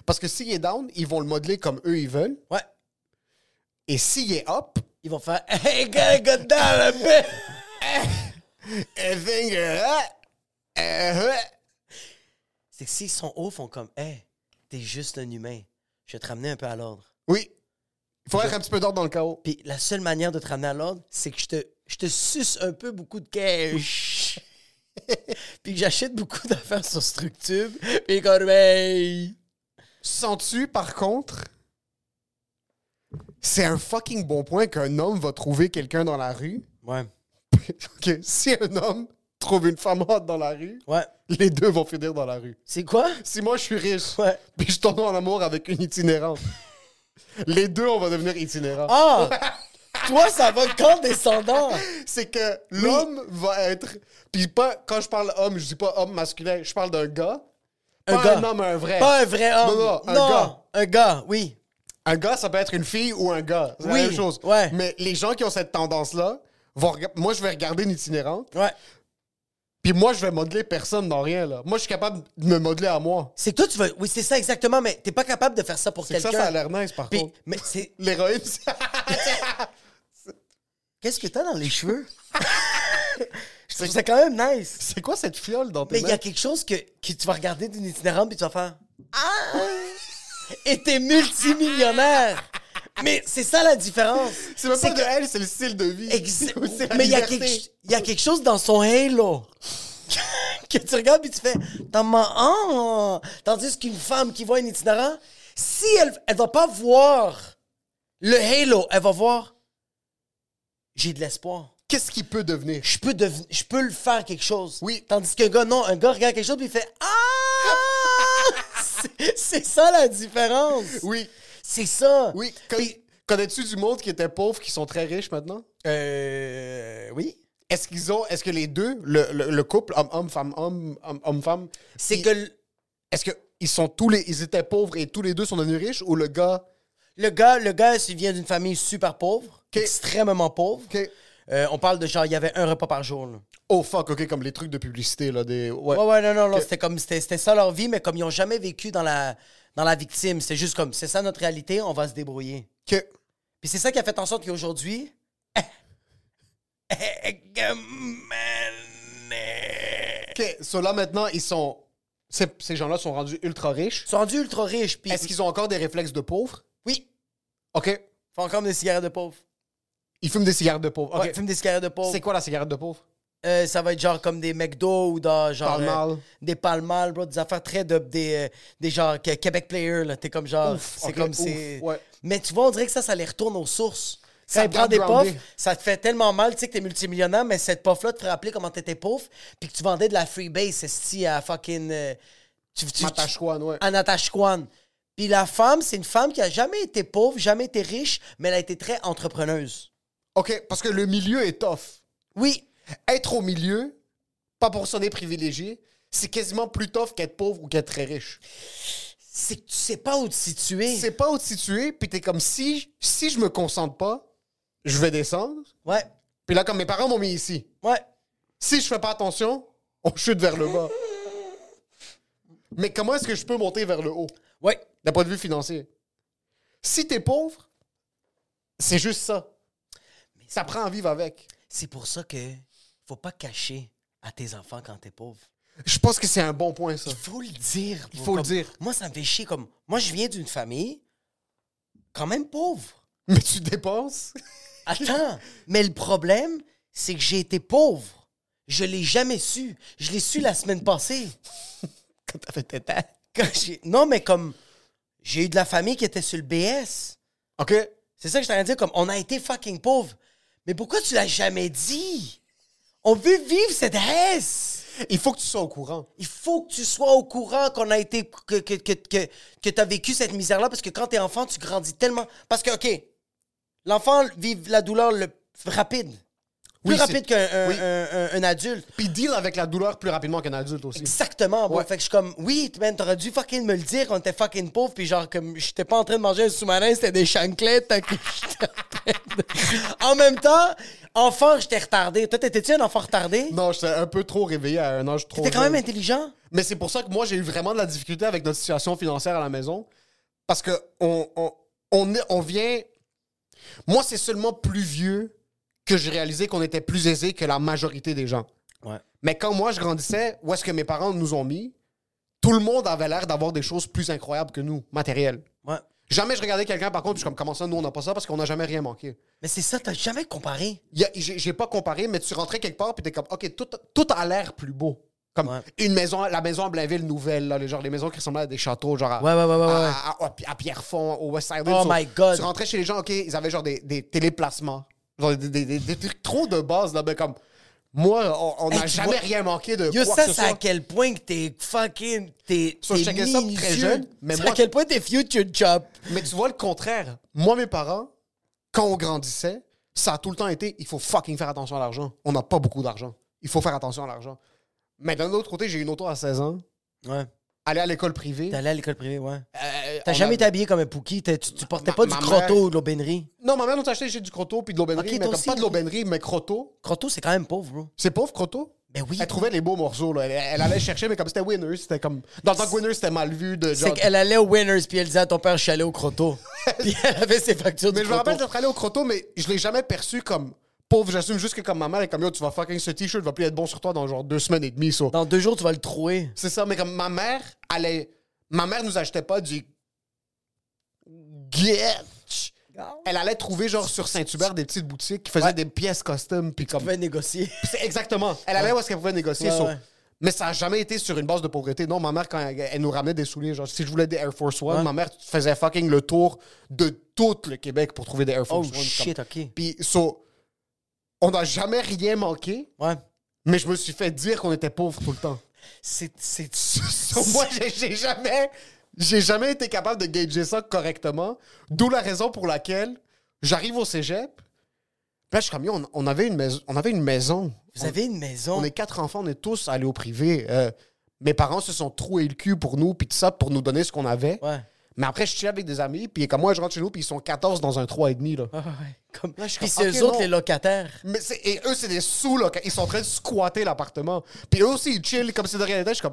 S3: Parce que s'il est down, ils vont le modeler comme eux ils veulent.
S2: Ouais.
S3: Et s'il est up,
S2: Ils vont faire Hey, gotta go down a bit.
S3: Eh, finger, hein? Eh, ouais.
S2: C'est que s'ils sont hauts, ils font comme Hey, t'es juste un humain. Je vais te ramener un peu à l'ordre.
S3: Oui. Il faut être un petit peu d'ordre dans le chaos.
S2: Puis la seule manière de te ramener à l'ordre, c'est que je te, je te suce un peu beaucoup de cash. puis que j'achète beaucoup d'affaires sur Structube. Puis comme Hey.
S3: Sens-tu, par contre, c'est un fucking bon point qu'un homme va trouver quelqu'un dans la rue.
S2: Ouais.
S3: que si un homme trouve une femme hot dans la rue,
S2: Ouais.
S3: les deux vont finir dans la rue.
S2: C'est quoi?
S3: Si moi je suis riche,
S2: Ouais.
S3: puis je tombe en amour avec une itinérante, les deux on va devenir itinérants.
S2: Ah! Toi, ça va condescendant!
S3: c'est que l'homme va être. Puis pas, quand je parle homme, je dis pas homme masculin, je parle d'un gars.
S2: Un
S3: pas
S2: gars.
S3: un homme, un vrai.
S2: Pas un vrai homme!
S3: Non, non, un
S2: Non,
S3: gars.
S2: Un gars, oui.
S3: Un gars, ça peut être une fille ou un gars. C'est la
S2: Oui,
S3: même chose.
S2: ouais.
S3: Mais les gens qui ont cette tendance-là vont. rega- Moi, je vais regarder une itinérante,
S2: Ouais.
S3: puis moi, je vais modeler personne dans rien, là. Moi, je suis capable de me modeler à moi.
S2: C'est que toi, tu vas. Oui, c'est ça exactement, mais t'es pas capable de faire ça pour
S3: C'est que
S2: quelqu'un.
S3: ça, ça a l'air nice, par
S2: Puis-
S3: contre.
S2: mais c'est.
S3: L'héroïne, c'est-
S2: Qu'est-ce que t'as dans les cheveux? Je trouve ça quand même nice.
S3: c'est quoi cette fiole dans
S2: Mais
S3: tes
S2: il y a
S3: mains?
S2: quelque chose que, que tu vas regarder d'une itinérante puis tu vas faire Ah! Et t'es multimillionnaire! Mais c'est ça la différence.
S3: C'est même
S2: C'est
S3: pas de elle, c'est le style de vie.
S2: Ex-
S3: C'est la
S2: Mais il y, a
S3: liberté.
S2: quelque- il y a quelque chose dans son halo que tu regardes puis tu fais T'en m'en Tandis qu'une femme qui voit un itinérant, si elle, elle va pas voir le halo, elle va voir J'ai de l'espoir.
S3: Qu'est-ce qui peut devenir?
S2: Je peux, deven- je peux le faire quelque chose.
S3: Oui.
S2: Tandis qu'un gars, non, un gars regarde quelque chose puis il fait Ah C'est- C'est ça la différence.
S3: Oui.
S2: C'est ça.
S3: Oui. Con- Connais-tu du monde qui était pauvre, qui sont très riches maintenant?
S2: Euh. Oui.
S3: Est-ce qu'ils ont. Est-ce que les deux, le, le- le couple, homme-homme, femme-homme, homme-femme,
S2: C'est que. le-
S3: est-ce que ils sont tous les. Ils étaient pauvres et tous les deux sont devenus riches ou le gars.
S2: Le gars, le gars, il vient d'une famille super pauvre, extrêmement pauvre.
S3: OK.
S2: Euh, on parle de genre, il y avait un repas par jour. là.
S3: Oh fuck, ok, comme les trucs de publicité, là, des. Ouais.
S2: Ouais, ouais, non, non, non, c'était comme, c'était c'était ça leur vie, mais comme ils n'ont jamais vécu dans la, dans la victime, c'est juste comme, c'est ça notre réalité, on va se débrouiller.
S3: OK.
S2: Puis c'est ça qui a fait en sorte qu'aujourd'hui. Ils
S3: OK. Ceux-là, maintenant, ils sont. Ces, ces gens-là sont rendus ultra riches.
S2: sont rendus ultra riches, puis.
S3: Est-ce qu'ils ont encore des réflexes de pauvres?
S2: Oui,
S3: OK.
S2: ils font encore des cigarettes de pauvre.
S3: Ils fument des cigarettes de pauvres.
S2: Ouais,
S3: OK.
S2: ils fument des cigarettes de pauvre.
S3: C'est quoi la cigarette de pauvre?
S2: Euh, ça va être genre comme des McDo ou dans genre.
S3: Pall Mall.
S2: euh, des palmales, bro, des affaires très de. Des, euh, des genre que- Québec Player, là. T'es comme genre.
S3: Ouf,
S2: C'est
S3: ok,
S2: comme
S3: ouf,
S2: c'est.
S3: ouais.
S2: Mais tu vois, on dirait que ça, ça les retourne aux sources.
S3: Ça
S2: Quand ils
S3: te
S2: prennent des
S3: garde grounded.
S2: puffs, ça te fait tellement mal, tu sais, que t'es multimillionnaire, mais cette puff-là te fait rappeler comment t'étais pauvre, puis que tu vendais de la freebase, esti, à fucking. euh, tu, tu, tu-
S3: Matashkwan, ouais.
S2: à Natashquan. Puis la femme, c'est une femme qui a jamais été pauvre, jamais été riche, mais elle a été très entrepreneuse.
S3: OK, parce que le milieu est tough.
S2: Oui,
S3: Être au milieu, pas pour sonner privilégié, c'est quasiment plus tough qu'être pauvre ou qu'être très riche.
S2: c'est que tu sais pas où te situer.
S3: C'est pas où te situer, puis t'es comme si, si je me concentre pas, je vais descendre.
S2: Ouais,
S3: Puis là, comme mes parents m'ont mis ici,
S2: ouais.
S3: si je fais pas attention, on chute vers le bas. Mais comment est-ce que je peux monter vers le haut,
S2: Ouais,
S3: d'un point de vue financier? Si t'es pauvre, c'est juste ça. Ça prend à vivre avec.
S2: c'est pour ça que faut pas cacher à tes enfants quand t'es pauvre.
S3: Je pense que c'est un bon point, ça.
S2: Il faut le dire.
S3: Il
S2: bro.
S3: faut le
S2: Comme-
S3: dire.
S2: Moi, ça me fait chier. Comme, moi, je viens d'une famille quand même pauvre.
S3: Mais tu dépenses?
S2: Attends, mais le problème, c'est que j'ai été pauvre. Je l'ai jamais su. Je l'ai su la semaine passée.
S3: Quand t'avais tes têtes.
S2: Quand j'ai- non, mais comme, j'ai eu de la famille qui était sur le BS.
S3: OK?
S2: C'est ça que je t'ai dire. Comme, on a été fucking pauvre. Mais pourquoi tu l'as jamais dit? On veut vivre cette haisse.
S3: Il faut que tu sois au courant.
S2: Il faut que tu sois au courant qu'on a été que, que, que, que, que tu as vécu cette misère-là parce que quand t'es enfant, tu grandis tellement. Parce que, OK, l'enfant vit la douleur le rapide. Plus
S3: Oui, c'est-
S2: rapide qu'un un-
S3: oui.
S2: un- un- un adulte.
S3: Puis deal avec la douleur plus rapidement qu'un adulte aussi.
S2: Exactement, bro.
S3: Ouais.
S2: Fait que je suis comme, oui, man, t'aurais dû fucking me le dire quand t'es fucking pauvre, puis genre, comme, j'étais pas en train de manger un sous-marin, c'était des chanclettes, tant que j'étais en train de- En même temps, enfant, j'étais retardé. Toi, t'étais-tu un enfant retardé?
S3: Non, j'étais un peu trop réveillé à un âge trop
S2: T'étais quand
S3: jeune.
S2: même intelligent?
S3: Mais c'est pour ça que moi, j'ai eu vraiment de la difficulté avec notre situation financière à la maison. Parce que on, on, on, est- on vient. Moi, c'est seulement plus vieux que j'ai réalisé qu'on était plus aisé que la majorité des gens.
S2: Ouais.
S3: Mais quand moi, je grandissais, où est-ce que mes parents nous ont mis? Tout le monde avait l'air d'avoir des choses plus incroyables que nous, matérielles.
S2: Ouais.
S3: Jamais je regardais quelqu'un, par contre, puis je suis comme, comment ça, nous, on n'a pas ça parce qu'on n'a jamais rien manqué.
S2: Mais c'est ça, t'as jamais comparé.
S3: Il y a- J'ai j'ai pas comparé, mais tu rentrais quelque part, puis t'es comme, OK, tout, tout a l'air plus beau. Comme
S2: Ouais.
S3: une maison, la maison à Blainville nouvelle, là, les, genre, les maisons qui ressemblaient à des châteaux, genre à,
S2: Ouais, ouais, ouais, ouais,
S3: à-
S2: ouais.
S3: à- à- à Pierrefonds, au West Side.
S2: Oh
S3: Tu-
S2: my God.
S3: Tu rentrais chez les gens, OK, ils avaient genre des, des téléplacements, genre des, des- des- des trucs trop de base, là, mais comme, moi, on- on n'a
S2: Hey, tu
S3: jamais
S2: vois-
S3: rien manqué de
S2: Yo,
S3: quoi
S2: ça,
S3: que ce
S2: c'est à
S3: soit.
S2: quel point que t'es fucking. T'es.
S3: So,
S2: t'es
S3: je checkais ça très
S2: minutieux.
S3: jeune, mais
S2: C'est
S3: moi-
S2: à quel point t'es future job.
S3: Mais tu vois le contraire. Moi, mes parents, quand on grandissait, ça a tout le temps été il faut fucking faire attention à l'argent. On n'a pas beaucoup d'argent. Il faut faire attention à l'argent. Mais d'un autre côté, j'ai eu une auto à 16 ans,
S2: Ouais.
S3: aller à l'école privée.
S2: T'es allé à l'école privée, ouais.
S3: euh,
S2: T'as
S3: on
S2: jamais
S3: a-
S2: été habillé comme un pookie. t'as- Tu, tu portais
S3: Ma-
S2: pas du
S3: ma
S2: crotto
S3: mère-
S2: ou de l'aubainerie.
S3: Non, ma mère, on t'a acheté j'ai du crotto puis de l'aubainerie.
S2: Ok,
S3: mais
S2: toi
S3: comme
S2: aussi.
S3: pas de l'aubainerie, mais crotto.
S2: Crotto, c'est quand même pauvre, bro.
S3: C'est pauvre, crotto.
S2: Ben oui.
S3: Elle trouvait les beaux morceaux. Là. Elle, elle allait chercher, mais comme c'était winner, c'était comme. Dans le temps que winner, c'était mal vu. De,
S2: C'est
S3: genre...
S2: qu'elle allait au Winners, puis elle disait à ton père, je suis allé au crotto. puis elle avait ses factures
S3: Mais
S2: du
S3: je me rappelle
S2: Crotto.
S3: d'être allé au crotto, mais je l'ai jamais perçu comme pauvre. J'assume juste que comme ma mère est comme yo, tu vas fucking ce t-shirt va plus être bon sur toi dans genre deux semaines et demie. so.
S2: Dans deux jours, tu vas le trouer.
S3: C'est ça, mais comme ma mère allait. Ma mère nous achetait pas du. Getch. Elle allait trouver genre sur Saint-Hubert des petites boutiques qui faisaient des pièces custom. Puis comme.
S2: Tu vas négocier.
S3: C'est Exactement. Elle allait où est-ce qu'elle pouvait négocier.
S2: Ouais,
S3: so-
S2: ouais.
S3: Mais ça n'a jamais été sur une base de pauvreté. Non, ma mère, quand elle, elle nous ramenait des souliers, genre si je voulais des Air Force One,
S2: Ouais.
S3: ma mère faisait fucking le tour de tout le Québec pour trouver des Air
S2: Oh
S3: Force One. comme-
S2: shit, ok.
S3: Puis, so, on n'a jamais rien manqué,
S2: Ouais.
S3: mais je me suis fait dire qu'on était pauvre tout le temps.
S2: C'est. c'est-
S3: So, moi, j'ai- j'ai jamais, j'ai jamais été capable de gager ça correctement. D'où la raison pour laquelle j'arrive au cégep. Puis là, je suis comme, Yo, on, on avait une maison. On avait une maison.
S2: Vous avez une maison.
S3: On est quatre enfants, on est tous allés au privé. Euh, mes parents se sont troués le cul pour nous, puis tout ça, pour nous donner ce qu'on avait.
S2: Ouais.
S3: Mais après, je suis avec des amis, puis comme moi, je rentre chez nous, puis ils sont 14 dans un 3,5. là.
S2: Ouais, ouais, ouais. Comme...
S3: suis
S2: Puis
S3: comme,
S2: c'est
S3: ok,
S2: eux autres,
S3: non.
S2: les locataires.
S3: Mais c'est- et eux, c'est des sous, là. Ils sont en train de squatter l'appartement. Puis eux aussi, ils chillent comme si de rien n'était. Je suis comme,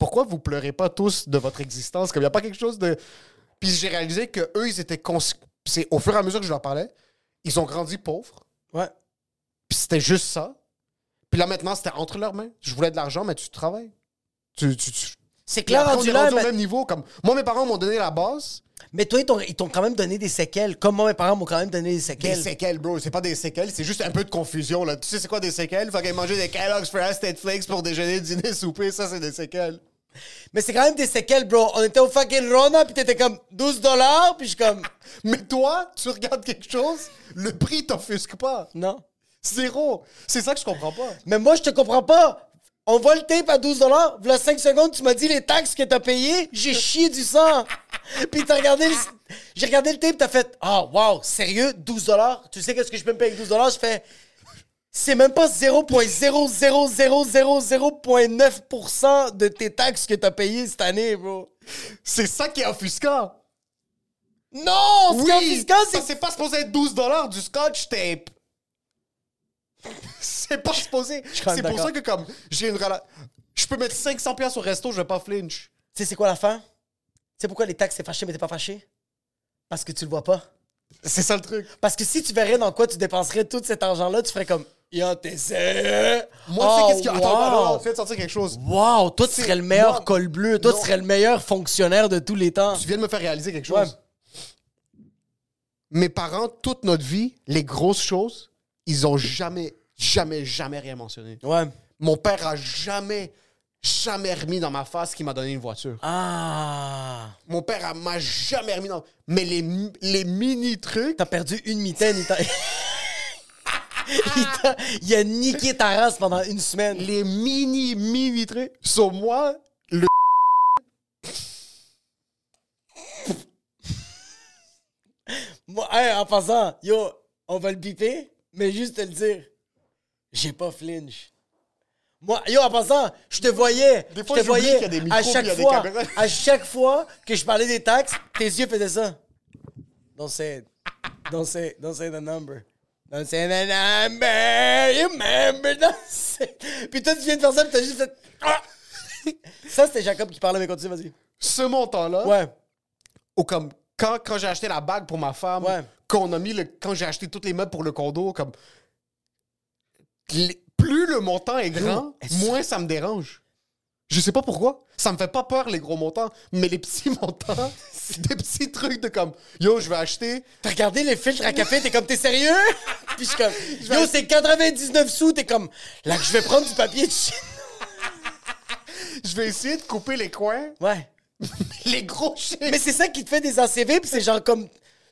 S3: pourquoi vous pleurez pas tous de votre existence? Comme il n'y a pas quelque chose de. Puis j'ai réalisé que eux, ils étaient. cons- C'est au fur et à mesure que je leur parlais, ils ont grandi pauvres.
S2: Ouais.
S3: Puis c'était juste ça. Puis là, maintenant, c'était entre leurs mains. Je voulais de l'argent, mais tu travailles. Tu. tu, tu...
S2: C'est
S3: Puis
S2: clair,
S3: après, on
S2: rendu
S3: est
S2: là,
S3: rendu au
S2: ben-
S3: même niveau. Comme... Moi, mes parents m'ont donné la base.
S2: Mais toi, ils t'ont- ils t'ont quand même donné des séquelles. Comme moi, mes parents m'ont quand même donné des
S3: Des
S2: séquelles.
S3: séquelles, bro. C'est pas des séquelles, c'est juste un peu de confusion, là. Tu sais, c'est quoi des séquelles? Faut qu'elle manger des Kellogg's Fresh Tate Flakes pour déjeuner, dîner, souper. Ça, c'est des séquelles.
S2: Mais c'est quand même des séquelles, bro. On était au fucking Rona, puis t'étais comme 12 dollars, puis je suis comme...
S3: Mais toi, tu regardes quelque chose, le prix t'offusque pas.
S2: Non.
S3: Zéro. C'est ça que je comprends pas.
S2: Mais moi, je te comprends pas. On vole le tape à 12 dollars. V'là 5 secondes, tu m'as dit les taxes que t'as payées. J'ai chié du sang. puis t'as regardé le... J'ai regardé le tape, t'as fait... Ah, wow, sérieux? 12 dollars? Tu sais qu'est-ce que je peux me payer avec 12 dollars? Je fais... C'est même pas 0.00000.9% de tes taxes que t'as payées cette année, bro.
S3: C'est ça qui est offusquant.
S2: Non! Oh, Ce qui est
S3: Oui,
S2: offusquant,
S3: ça,
S2: c'est-
S3: c'est pas supposé être 12 du scotch tape. c'est pas supposé.
S2: suis quand même
S3: C'est pour
S2: d'accord.
S3: ça que comme j'ai une relation... Je peux mettre 500 pièces au resto, je vais pas flinch.
S2: Tu sais, c'est quoi la fin? Tu sais pourquoi les taxes, c'est fâché, mais t'es pas fâché? Parce que tu le vois pas.
S3: C'est ça le truc.
S2: Parce que si tu verrais dans quoi tu dépenserais tout cet argent-là, tu ferais comme Yo, t'es sérieux?
S3: Moi,
S2: Oh,
S3: tu sais qu'est-ce qui... Attends,
S2: wow.
S3: attends, attends, tu viens de sortir quelque chose.
S2: Wow, toi, tu
S3: C'est-
S2: serais le meilleur
S3: moi-
S2: col bleu. Toi,
S3: Non.
S2: tu serais le meilleur fonctionnaire de tous les temps.
S3: Tu viens de me faire réaliser quelque
S2: Ouais.
S3: chose. Mes parents, toute notre vie, les grosses choses, ils ont jamais, jamais, jamais rien mentionné.
S2: Ouais.
S3: Mon père a jamais, jamais remis dans ma face qu'il m'a donné une voiture.
S2: Ah.
S3: Mon père elle m'a jamais remis dans. Mais les, mi- les mini trucs.
S2: T'as perdu une mitaine. Il, t'a- il, t'a- il a niqué ta race pendant une semaine.
S3: Les mini, mini trucs. Sur moi, le.
S2: Moi, hey, en passant, yo, on va le piper, mais juste te le dire, j'ai pas flinch. Moi, yo, en passant, je te voyais.
S3: Des
S2: je
S3: fois,
S2: te
S3: j'oublie
S2: voyais.
S3: qu'il y a des micros
S2: à
S3: puis
S2: chaque
S3: il y a des
S2: fois,
S3: caméras.
S2: à chaque fois que je parlais des taxes, tes yeux faisaient ça. Don't say it. Don't say, don't say the number. Don't say the number. You remember. Don't say... Puis toi, tu viens de faire ça, puis t'as juste fait. Ah! ça, c'était Jacob qui parlait, mais continue, vas-y.
S3: Ce montant-là.
S2: Ouais.
S3: Ou comme quand, quand j'ai acheté la bague pour ma femme.
S2: Ouais.
S3: Qu'on a mis le. Quand j'ai acheté toutes les meubles pour le condo. Comme. les- plus le montant est grand,
S2: est-ce-
S3: moins ça me dérange. Je sais pas pourquoi. Ça me fait pas peur, les gros montants. Mais les petits montants, des petits trucs de comme. Yo, je vais acheter.
S2: T'as regardé les filtres à café, t'es comme, t'es sérieux? Puis je suis comme, yo,
S3: vais-
S2: c'est 99 sous, t'es comme, là, je vais prendre du papier de chine.
S3: Je vais essayer de couper les coins.
S2: Ouais.
S3: Les gros chiffres.
S2: Mais c'est ça qui te fait des ACV, puis c'est genre comme,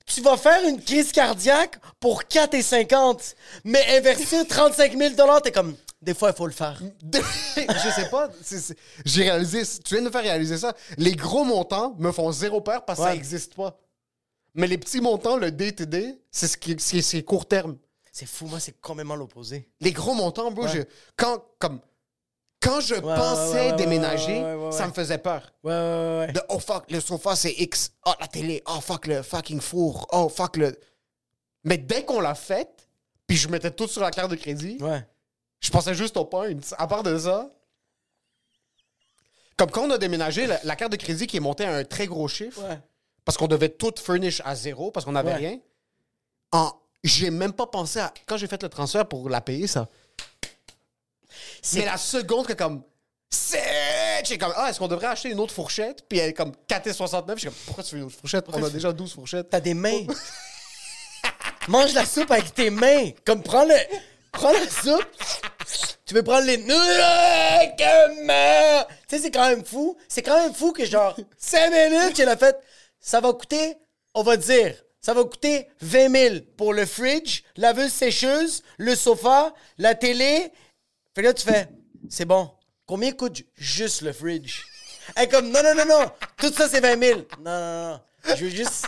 S2: tu vas faire une crise cardiaque pour 4,50, mais investir 35 000 t'es comme, des fois, il faut le faire.
S3: De- je sais pas. c'est- c'est- J'ai réalisé. Tu viens de me faire réaliser ça. Les gros montants me font zéro peur parce que ça
S2: Ouais.
S3: n'existe pas. Mais les petits montants, le day-to-day, c'est ce qui est, c'est- c'est court terme.
S2: C'est fou, moi, c'est complètement l'opposé.
S3: Les gros montants, bro,
S2: Ouais.
S3: je- quand, comme, quand je pensais
S2: ouais, ouais, ouais,
S3: déménager,
S2: ouais, ouais, ouais,
S3: ça
S2: ouais.
S3: me faisait peur.
S2: Ouais, ouais, ouais.
S3: De, oh fuck, le sofa c'est X. Oh la télé. Oh fuck le fucking four. Oh fuck le. Mais dès qu'on l'a fait, puis je mettais tout sur la carte de crédit,
S2: Ouais.
S3: je pensais juste au point. À part de ça, comme quand on a déménagé, la, la carte de crédit qui est montée à un très gros chiffre,
S2: Ouais.
S3: parce qu'on devait tout furnish à zéro, parce qu'on n'avait
S2: Ouais.
S3: rien, en, j'ai même pas pensé à. Quand j'ai fait le transfert pour la payer, ça.
S2: C'est-
S3: Mais la seconde que, comme. C'est. J'ai comme. Ah, est-ce qu'on devrait acheter une autre fourchette? Puis elle est comme 4,69. Je suis comme. Pourquoi tu veux une autre fourchette? On a déjà 12 fourchettes.
S2: T'as des mains. Mange la soupe avec tes mains. Comme prends le. Prends la soupe. Tu veux prendre les. Comment? Tu sais, c'est quand même fou. C'est quand même fou que genre 5 minutes, il a fait. Ça va coûter, on va dire. Ça va coûter 20 000 pour le fridge, la laveuse sécheuse, le sofa, la télé. Fait que là, tu fais, c'est bon. Combien coûte ju- juste le fridge? Elle est comme, non, non, non, non. Tout ça, c'est 20 000. Non, non, non. Je veux juste.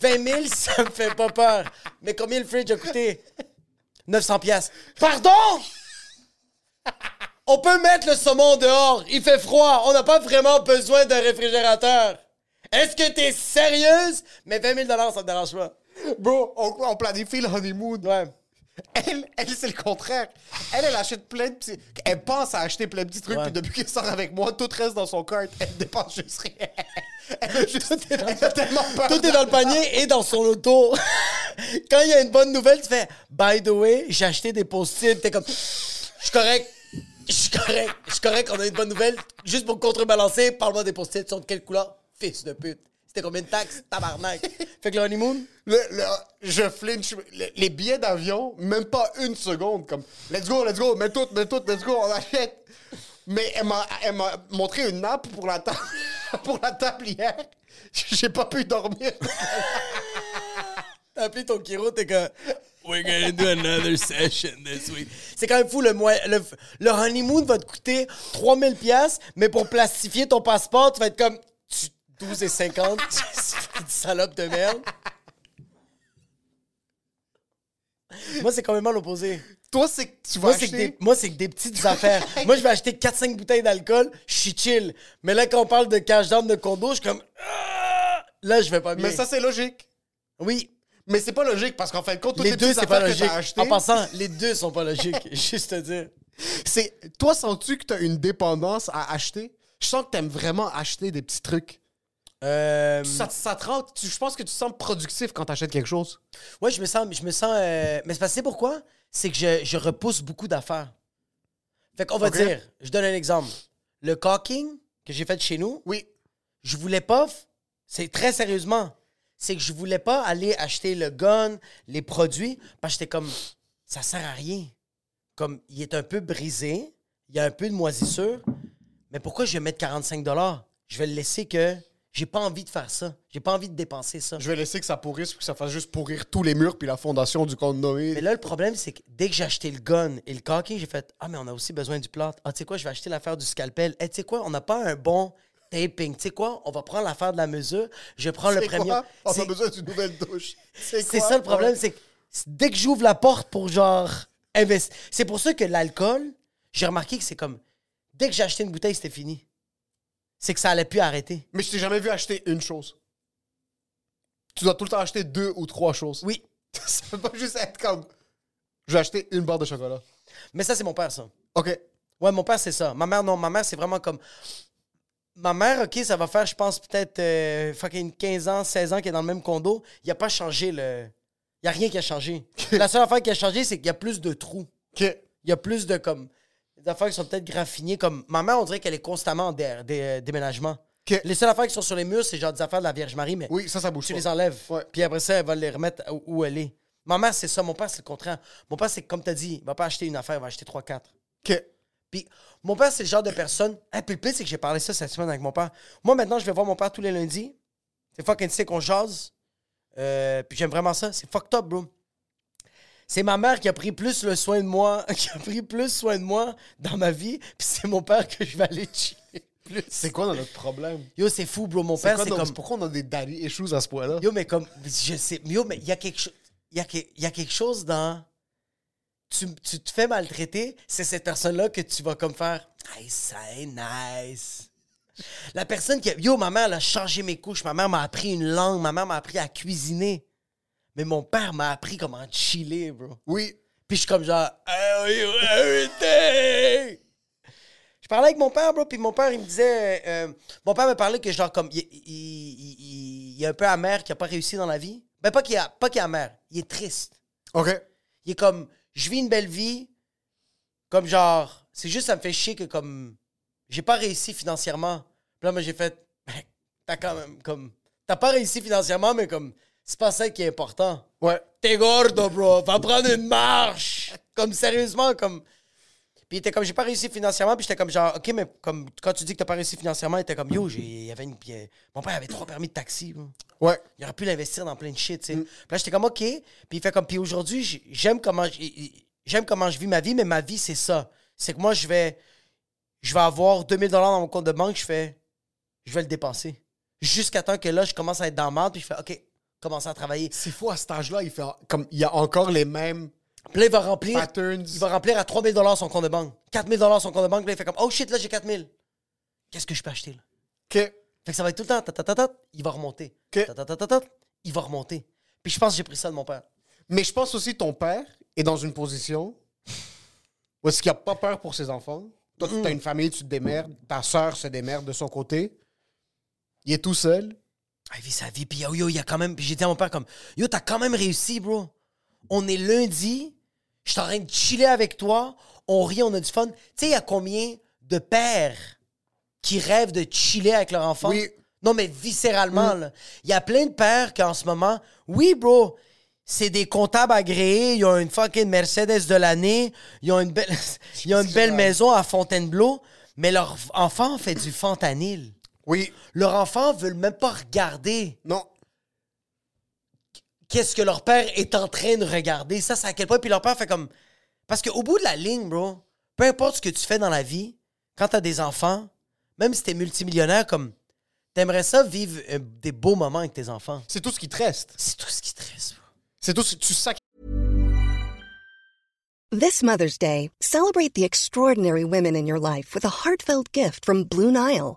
S2: 20 000, ça me fait pas peur. Mais combien le fridge a coûté? 900 pièces. Pardon? On peut mettre le saumon dehors. Il fait froid. On n'a pas vraiment besoin d'un réfrigérateur. Est-ce que t'es sérieuse? Mais 20 000 ça me dérange pas.
S3: Bro, on, on planifie le honeymoon.
S2: Ouais.
S3: Elle, elle c'est le contraire. Elle, elle achète plein de petits. Elle pense à acheter plein de petits trucs,
S2: Ouais.
S3: puis depuis qu'elle sort avec moi, tout reste dans son cart. Elle dépense juste rien. Elle a, juste, elle a tellement peur.
S2: Tout est dans le panier et dans son auto. Quand il y a une bonne nouvelle, tu fais By the way, j'ai acheté des post-it. T'es comme Je suis correct. Je suis correct. Je suis correct. On a une bonne nouvelle. Juste pour contrebalancer, parle-moi des post-it. Sont de quelle couleur Fils de pute. C'était combien de taxes Tabarnak. Fait que le honeymoon,
S3: Le- le- je flinch. Le- les billets d'avion, même pas une seconde. Comme, let's go, let's go, mets tout, mets tout, let's go, on achète. Mais elle m'a, elle m'a montré une nappe pour la table, pour la table hier. J'ai pas pu dormir.
S2: t'as appelé ton chiro, t'es comme We're gonna do another session this week. C'est quand même fou. Le, mois- le, le honeymoon va te coûter 3000$, piastres, mais pour plastifier ton passeport, tu vas être comme tu- 12,50$. Petite salope de merde. Moi, c'est quand même l'opposé.
S3: Toi, c'est que tu vas
S2: Moi, c'est
S3: acheter...
S2: que des, moi, c'est que des petites affaires. Moi, je vais acheter 4-5 bouteilles d'alcool, je suis chill. Mais là, quand on parle de cash down de condo, je suis comme. Ah! Là, je vais pas bien.
S3: Mais ça, c'est logique.
S2: oui,
S3: Mais c'est pas logique parce qu'en fin de compte, toutes les,
S2: les deux,
S3: petites
S2: c'est pas
S3: affaires que
S2: logique.
S3: t'as achetées,
S2: En passant, les deux sont pas logiques. Juste te dire.
S3: c'est... Toi, sens-tu que t'as une dépendance à acheter? Je sens que t'aimes vraiment acheter des petits trucs.
S2: Euh,
S3: Ça, ça te rend... tu- je pense que tu te sens productif quand t'achètes quelque chose.
S2: Ouais, je me sens. Je me sens euh, Mais c'est parce que c'est pourquoi? C'est que je, je repousse beaucoup d'affaires. Fait qu'on va
S3: Ok.
S2: dire, je donne un exemple. Le caulking que j'ai fait chez nous,
S3: Oui.
S2: je voulais pas. f- C'est très sérieusement. C'est que je voulais pas aller acheter le gun, les produits, parce que j'étais comme. Ça sert à rien. Comme il est un peu brisé, il y a un peu de moisissure, mais pourquoi je vais mettre 45 Je vais le laisser que. J'ai pas envie de faire ça. J'ai pas envie de dépenser ça.
S3: Je vais laisser que ça pourrisse pour que ça fasse juste pourrir tous les murs puis la fondation du compte Noé.
S2: Mais là, le problème, c'est que dès que j'ai acheté le gun et le caulking, j'ai fait Ah, mais on a aussi besoin du plâtre. Ah, tu sais quoi, je vais acheter l'affaire du scalpel. Eh, tu sais quoi, on n'a pas un bon taping. Tu sais quoi, on va prendre l'affaire de la mesure. Je prends le
S3: C'est
S2: premier.
S3: quoi? On a
S2: C'est-
S3: besoin d'une nouvelle douche.
S2: C'est
S3: quoi?
S2: ça le problème, c'est que c'est- dès que j'ouvre la porte pour genre investir. C'est pour ça que l'alcool, j'ai remarqué que c'est comme dès que j'ai acheté une bouteille, c'était fini. C'est que ça allait plus arrêter.
S3: Mais je t'ai jamais vu acheter une chose. Tu dois tout le temps acheter deux ou trois choses.
S2: Oui.
S3: ça peut pas juste être comme. Je vais acheter une barre de chocolat.
S2: Mais ça, c'est mon père, ça.
S3: OK.
S2: Ouais, mon père, c'est ça. Ma mère, non. Ma mère, c'est vraiment comme. Ma mère, OK, ça va faire, je pense, peut-être euh, fucking 15 ans, 16 ans qu'elle est dans le même condo. Il a pas changé le. Il a rien qui a changé. La seule affaire qui a changé, c'est qu'il y a plus de trous.
S3: OK.
S2: Il y a plus de comme. Des affaires qui sont peut-être graffinées. Comme ma mère, on dirait qu'elle est constamment en dé- dé- déménagement.
S3: OK.
S2: Les seules affaires qui sont sur les murs, c'est genre des affaires de la Vierge Marie, mais
S3: Oui, ça, ça bouge.
S2: tu
S3: pas.
S2: les enlèves.
S3: Ouais.
S2: Puis après ça, elle va les remettre où où elle est. Ma mère, c'est ça. Mon père, c'est le contraire. Mon père, c'est comme tu as dit, il va pas acheter une affaire, il va acheter 3-4.
S3: OK.
S2: Puis mon père, c'est le genre de personne. Ah, puis le pire, c'est que j'ai parlé ça cette semaine avec mon père. Moi, maintenant, je vais voir mon père tous les lundis. C'est fucking sick, on jase. Euh, puis j'aime vraiment ça. C'est fucked up, bro. C'est ma mère qui a pris plus le soin de moi, qui a pris plus soin de moi dans ma vie. Puis c'est mon père que je vais aller chiller plus.
S3: C'est quoi notre problème?
S2: Yo, c'est fou, bro. Mon
S3: C'est
S2: père,
S3: quoi
S2: c'est
S3: notre-
S2: comme.
S3: Pourquoi on a des daddy issues à ce point-là?
S2: Yo, mais comme. Je sais. mais Yo, mais il y a quelque chose. Il y, a que- il y a quelque chose dans. Tu, tu te fais maltraiter, c'est cette personne-là que tu vas comme faire. Hey, ça est nice. La personne qui. a- Yo, ma mère, elle a changé mes couches. Ma mère m'a appris une langue. Ma mère m'a appris à cuisiner. Mais mon père m'a appris comment chiller, bro.
S3: Oui.
S2: Puis je suis comme genre, ah How you everything? Je parlais avec mon père, bro, puis mon père, il me disait. euh, mon père me parlait que, genre, comme, il, il- il- il- il est un peu amer, qu'il n'a pas réussi dans la vie. Ben, pas qu'il a- pas qu'il est amer, il est triste.
S3: OK.
S2: Il est comme, je vis une belle vie, comme, genre, c'est juste, ça me fait chier que, comme, j'ai pas réussi financièrement. Puis là, moi, j'ai fait, Ben, t'as quand même, comme, t'as pas réussi financièrement, mais, comme, c'est pas ça qui est important.
S3: Ouais.
S2: T'es gordo, bro. Va prendre une marche. Comme sérieusement, comme. Puis il était comme, j'ai pas réussi financièrement. Puis j'étais comme, genre, OK, mais comme quand tu dis que t'as pas réussi financièrement, il était comme, yo, j'ai- il y avait une. il y a- Mon père avait trois permis de taxi. bro.
S3: Ouais.
S2: Il aurait pu l'investir dans plein de shit, tu sais. Puis là, j'étais comme, OK. Puis il fait comme, puis aujourd'hui, j'ai- j'aime comment, j'- i- i- j'aime comment je vis ma vie, mais ma vie, c'est ça. C'est que moi, je vais. Je vais avoir 2000 dans mon compte de banque, je fais. Je vais le dépenser. Jusqu'à temps que là, je commence à être dans le mal, puis je fais, OK, commencer à travailler.
S3: C'est fou, à cet âge-là, il fait comme il y a encore les mêmes
S2: Puis là, il va remplir.
S3: patterns.
S2: Il va remplir à 3000 dollars son compte de banque. 4000 dollars son compte de banque. Puis Là, il fait comme, oh shit, là, j'ai 4000. Qu'est-ce que je peux acheter, là?
S3: OK.
S2: Fait que ça va être tout le temps, ta, ta, ta, ta, il va remonter.
S3: Ok.
S2: Ta, ta, ta, ta, ta, il va remonter. Puis je pense que j'ai pris ça de mon père.
S3: Mais je pense aussi que ton père est dans une position où est-ce qu'il n'a pas peur pour ses enfants. Toi, tu as une famille, tu te démerdes. Ta sœur se démerde de son côté. Il est tout seul.
S2: Ah, il vit sa vie. Puis yo, yo, il y a quand même. Puis j'ai dit à mon père, comme, yo, t'as quand même réussi, bro. On est lundi, je suis en train de chiller avec toi, on rit, on a du fun. Tu sais, il y a combien de pères qui rêvent de chiller avec leur enfant?
S3: Oui.
S2: Non, mais viscéralement, là. Il y a plein de pères qui, en ce moment, oui, bro, c'est des comptables agréés, ils ont une fucking Mercedes de l'année, ils ont une belle, ils ont une belle maison à Fontainebleau, mais leur enfant fait du fentanyl.
S3: Oui.
S2: Leur enfant ne veut même pas regarder
S3: Non.
S2: qu'est-ce que leur père est en train de regarder. Ça, c'est à quel point. Puis leur père fait comme. Parce qu'au bout de la ligne, bro, peu importe ce que tu fais dans la vie, quand t'as des enfants, même si t'es multimillionnaire, comme. T'aimerais ça vivre euh, des beaux moments avec tes enfants.
S3: C'est tout ce qui te reste.
S2: C'est tout ce qui te reste, bro.
S3: C'est tout ce que tu sacrifies
S4: This Mother's Day, celebrate the extraordinary women in your life with a heartfelt gift from Blue Nile.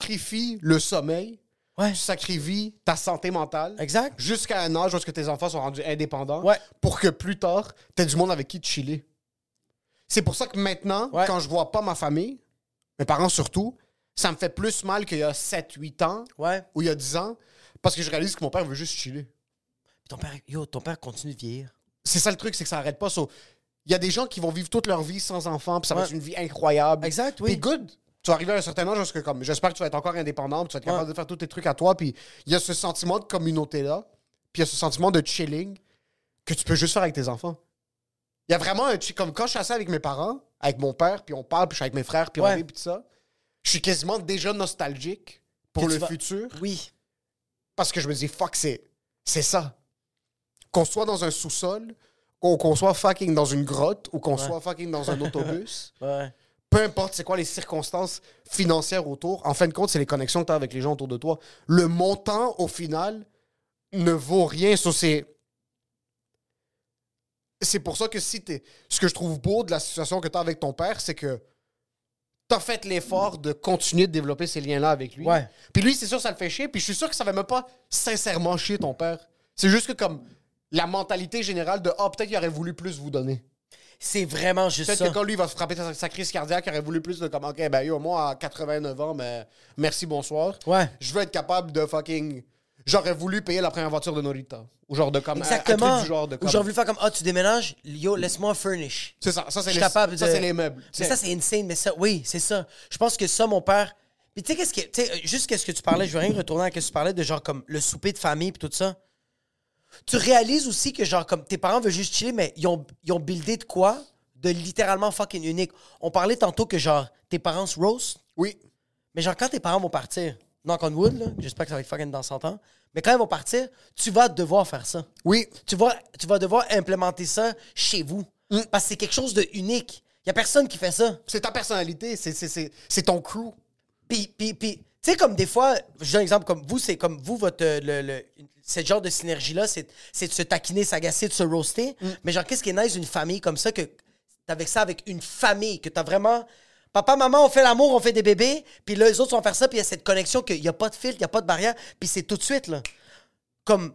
S3: sacrifies le sommeil,
S2: Ouais.
S3: tu sacrifies ta santé mentale.
S2: Exact.
S3: Jusqu'à un âge où est-ce que tes enfants sont rendus indépendants
S2: Ouais.
S3: pour que plus tard, tu aies du monde avec qui te chiller. C'est pour ça que maintenant,
S2: Ouais.
S3: quand je vois pas ma famille, mes parents surtout, ça me fait plus mal qu'il y a 7-8 ans
S2: Ouais.
S3: ou il y a 10 ans parce que je réalise que mon père veut juste chiller.
S2: Ton père, yo, ton père continue de vieillir.
S3: C'est ça le truc, c'est que ça arrête pas. So, Il y a des gens qui vont vivre toute leur vie sans enfants, puis ça va
S2: Ouais.
S3: être une vie incroyable.
S2: Exact, oui.
S3: Puis good. Tu vas arriver à un certain âge, parce que comme j'espère que tu vas être encore indépendant, puis tu vas être capable
S2: Ouais.
S3: de faire tous tes trucs à toi. Puis il y a ce sentiment de communauté là, puis il y a ce sentiment de chilling que tu peux juste faire avec tes enfants. Il y a vraiment un chi- comme quand je suis assis avec mes parents, avec mon père, puis on parle, puis je suis avec mes frères, puis
S2: Ouais.
S3: on vit, puis tout ça. Je suis quasiment déjà nostalgique pour
S2: Que
S3: le
S2: tu vas-
S3: futur
S2: Oui.
S3: parce que je me dis fuck c'est c'est ça qu'on soit dans un sous-sol qu'on qu'on soit fucking dans une grotte ou qu'on soit fucking dans un autobus
S2: Ouais.
S3: peu importe c'est quoi les circonstances financières autour en fin de compte c'est les connexions que tu as avec les gens autour de toi le montant au final ne vaut rien ça c'est c'est pour ça que si t'es ce que je trouve beau de la situation que tu as avec ton père c'est que t'as fait l'effort de continuer de développer ces liens-là avec lui.
S2: Ouais.
S3: Puis lui, c'est sûr, ça le fait chier. Puis je suis sûr que ça va même pas sincèrement chier ton père. C'est juste que comme la mentalité générale de « Ah, peut-être qu'il aurait voulu plus vous donner.
S2: C'est vraiment juste
S3: Peut-être
S2: ça.
S3: que quand lui il va se frapper sa, sa crise cardiaque, il aurait voulu plus de comme « Ok, ben yo, moi, à 89 ans, mais merci, bonsoir.
S2: Ouais.
S3: Je veux être capable de fucking... J'aurais voulu payer la première voiture de Norita. Ou genre de comme... euh, un- un truc
S2: Exactement.
S3: du genre de
S2: Ou
S3: comme...
S2: j'aurais voulu faire comme Ah, tu déménages, yo, laisse-moi furnish.
S3: C'est ça. Ça,
S2: Je
S3: c'est les,
S2: suis capable
S3: ça,
S2: de-
S3: c'est les meubles.
S2: Mais
S3: Tiens.
S2: ça, c'est insane, mais ça, oui, c'est ça. Je pense que ça, mon père. Puis tu sais, qu'est-ce que. Tu sais, euh, juste qu'est-ce que tu parlais, je veux rien retourner à ce que tu parlais de genre comme le souper de famille puis tout ça. Tu réalises aussi que genre comme tes parents veulent juste chiller, mais ils ont, ils ont buildé de quoi de littéralement fucking unique. On parlait tantôt que genre tes parents se roast,
S3: Oui.
S2: mais genre quand tes parents vont partir, knock on wood, là, j'espère que ça va être fucking dans 100 ans, mais quand ils vont partir, tu vas devoir faire ça
S3: Oui.
S2: tu vas, tu vas devoir implémenter ça chez vous. Parce que c'est quelque chose de unique. Il n'y a personne qui fait ça.
S3: Mm. C'est ta personnalité. c'est- c'est- C'est c'est ton crew.
S2: Puis, puis, puis tu sais, comme des fois, je donne un exemple, comme vous, c'est comme vous, votre, euh, le, le- ce genre de synergie-là, c'est c'est de se taquiner, s'agacer, de se roaster. Mais genre, qu'est-ce qui est nice d'une famille comme ça, que t'as avec ça, avec une famille, que t'as vraiment... Papa, maman, on fait l'amour, on fait des bébés, puis là, les autres vont faire ça, puis il y a cette connexion qu'il n'y a pas de filtre, il n'y a pas de barrière, puis c'est tout de suite, là. Comme,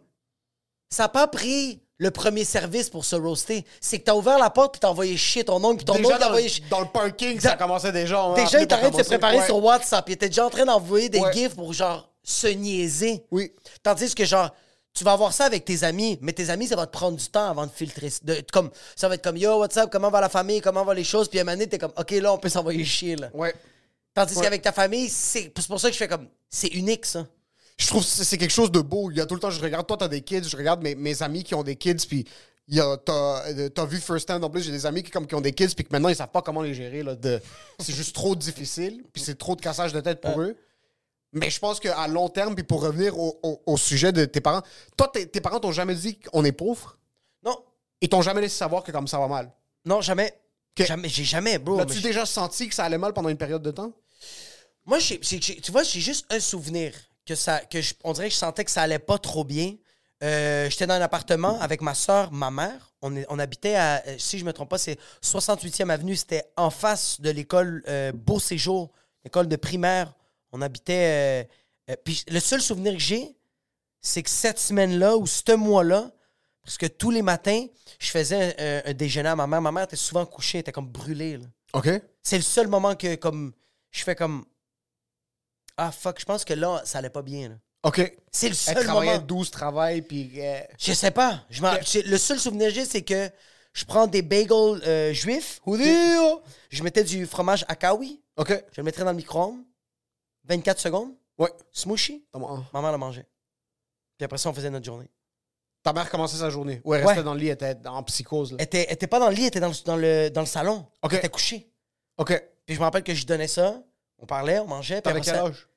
S2: ça n'a pas pris le premier service pour se roaster. C'est que t'as ouvert la porte, puis t'as envoyé chier ton oncle, puis ton oncle
S3: Déjà,
S2: t'a
S3: dans,
S2: envoyé chier.
S3: dans le parking, ça commençait déjà. on a
S2: Déjà,
S3: appelé
S2: il
S3: pour
S2: t'arrête de se
S3: commencer.
S2: préparer
S3: Ouais.
S2: sur WhatsApp. Il était déjà en train d'envoyer des
S3: Ouais.
S2: gifs pour, genre, se niaiser.
S3: Oui.
S2: Tandis que, genre, tu vas avoir ça avec tes amis, mais tes amis, ça va te prendre du temps avant de filtrer. De, comme, ça va être comme, yo, WhatsApp, comment va la famille, comment va les choses. Puis à un moment donné, t'es comme, OK, là, on peut s'envoyer chier, là.
S3: Ouais.
S2: Tandis qu'avec ta famille, c'est c'est pour ça que je fais comme, c'est unique, ça.
S3: Je trouve que c'est c'est quelque chose de beau. Il y a tout le temps, je regarde, toi, t'as des kids, je regarde mes, mes amis qui ont des kids, puis il y a- t'as euh, t'as vu First Hand en plus, j'ai des amis qui, comme, qui ont des kids, puis que maintenant, ils savent pas comment les gérer. là, de- C'est juste trop difficile, puis c'est trop de cassage de tête pour eux. Mais je pense qu'à long terme, puis pour revenir au, au- au sujet de tes parents, toi, tes, tes parents t'ont jamais dit qu'on est pauvre,
S2: Non,
S3: ils t'ont jamais laissé savoir que comme ça va mal.
S2: non, jamais.
S3: Ok.
S2: Jamais, j'ai jamais, bro. Oh, mais
S3: As-tu
S2: je-
S3: déjà senti que ça allait mal pendant une période de temps?
S2: Moi, j'ai- j'ai- j'ai- tu vois, j'ai juste un souvenir que ça, que je- on dirait que je sentais que ça allait pas trop bien. Euh, J'étais dans un appartement avec ma soeur, ma mère. On, est- on habitait à, euh, si je me trompe pas, c'est 68e avenue. C'était en face de l'école euh, Beau Séjour, l'école de primaire. On habitait. euh, euh, puis le seul souvenir que j'ai, c'est que cette semaine-là ou ce mois-là, parce que tous les matins, je faisais un, un- un déjeuner à ma mère. Ma mère était souvent couchée, elle était comme brûlée. là.
S3: OK.
S2: C'est le seul moment que comme je fais comme Ah fuck, je pense que là, ça allait pas bien. là.
S3: OK.
S2: C'est le
S3: Elle
S2: seul
S3: travaillait
S2: moment.
S3: 12 travail, puis... euh,
S2: Je sais pas. Je m'en- j'ai- Le seul souvenir que j'ai, c'est que je prends des bagels euh, juifs. Je mettais du fromage akawi.
S3: OK.
S2: Je le mettrais dans le micro-ondes. 24 secondes.
S3: Ouais.
S2: Smushy.
S3: Ta ma-
S2: Ma mère l'a mangé. Puis après ça, on faisait notre journée.
S3: Ta mère commençait sa journée. Ouais, elle restait
S2: Ouais.
S3: dans le lit, elle était en psychose. Là.
S2: Elle était, elle était pas dans le lit, elle était dans le, dans le, dans le salon.
S3: Ok.
S2: Elle était couchée.
S3: OK.
S2: Puis je me rappelle que je lui donnais ça. On parlait, on mangeait. Puis
S3: T'avais
S2: après
S3: quel
S2: ça,
S3: âge?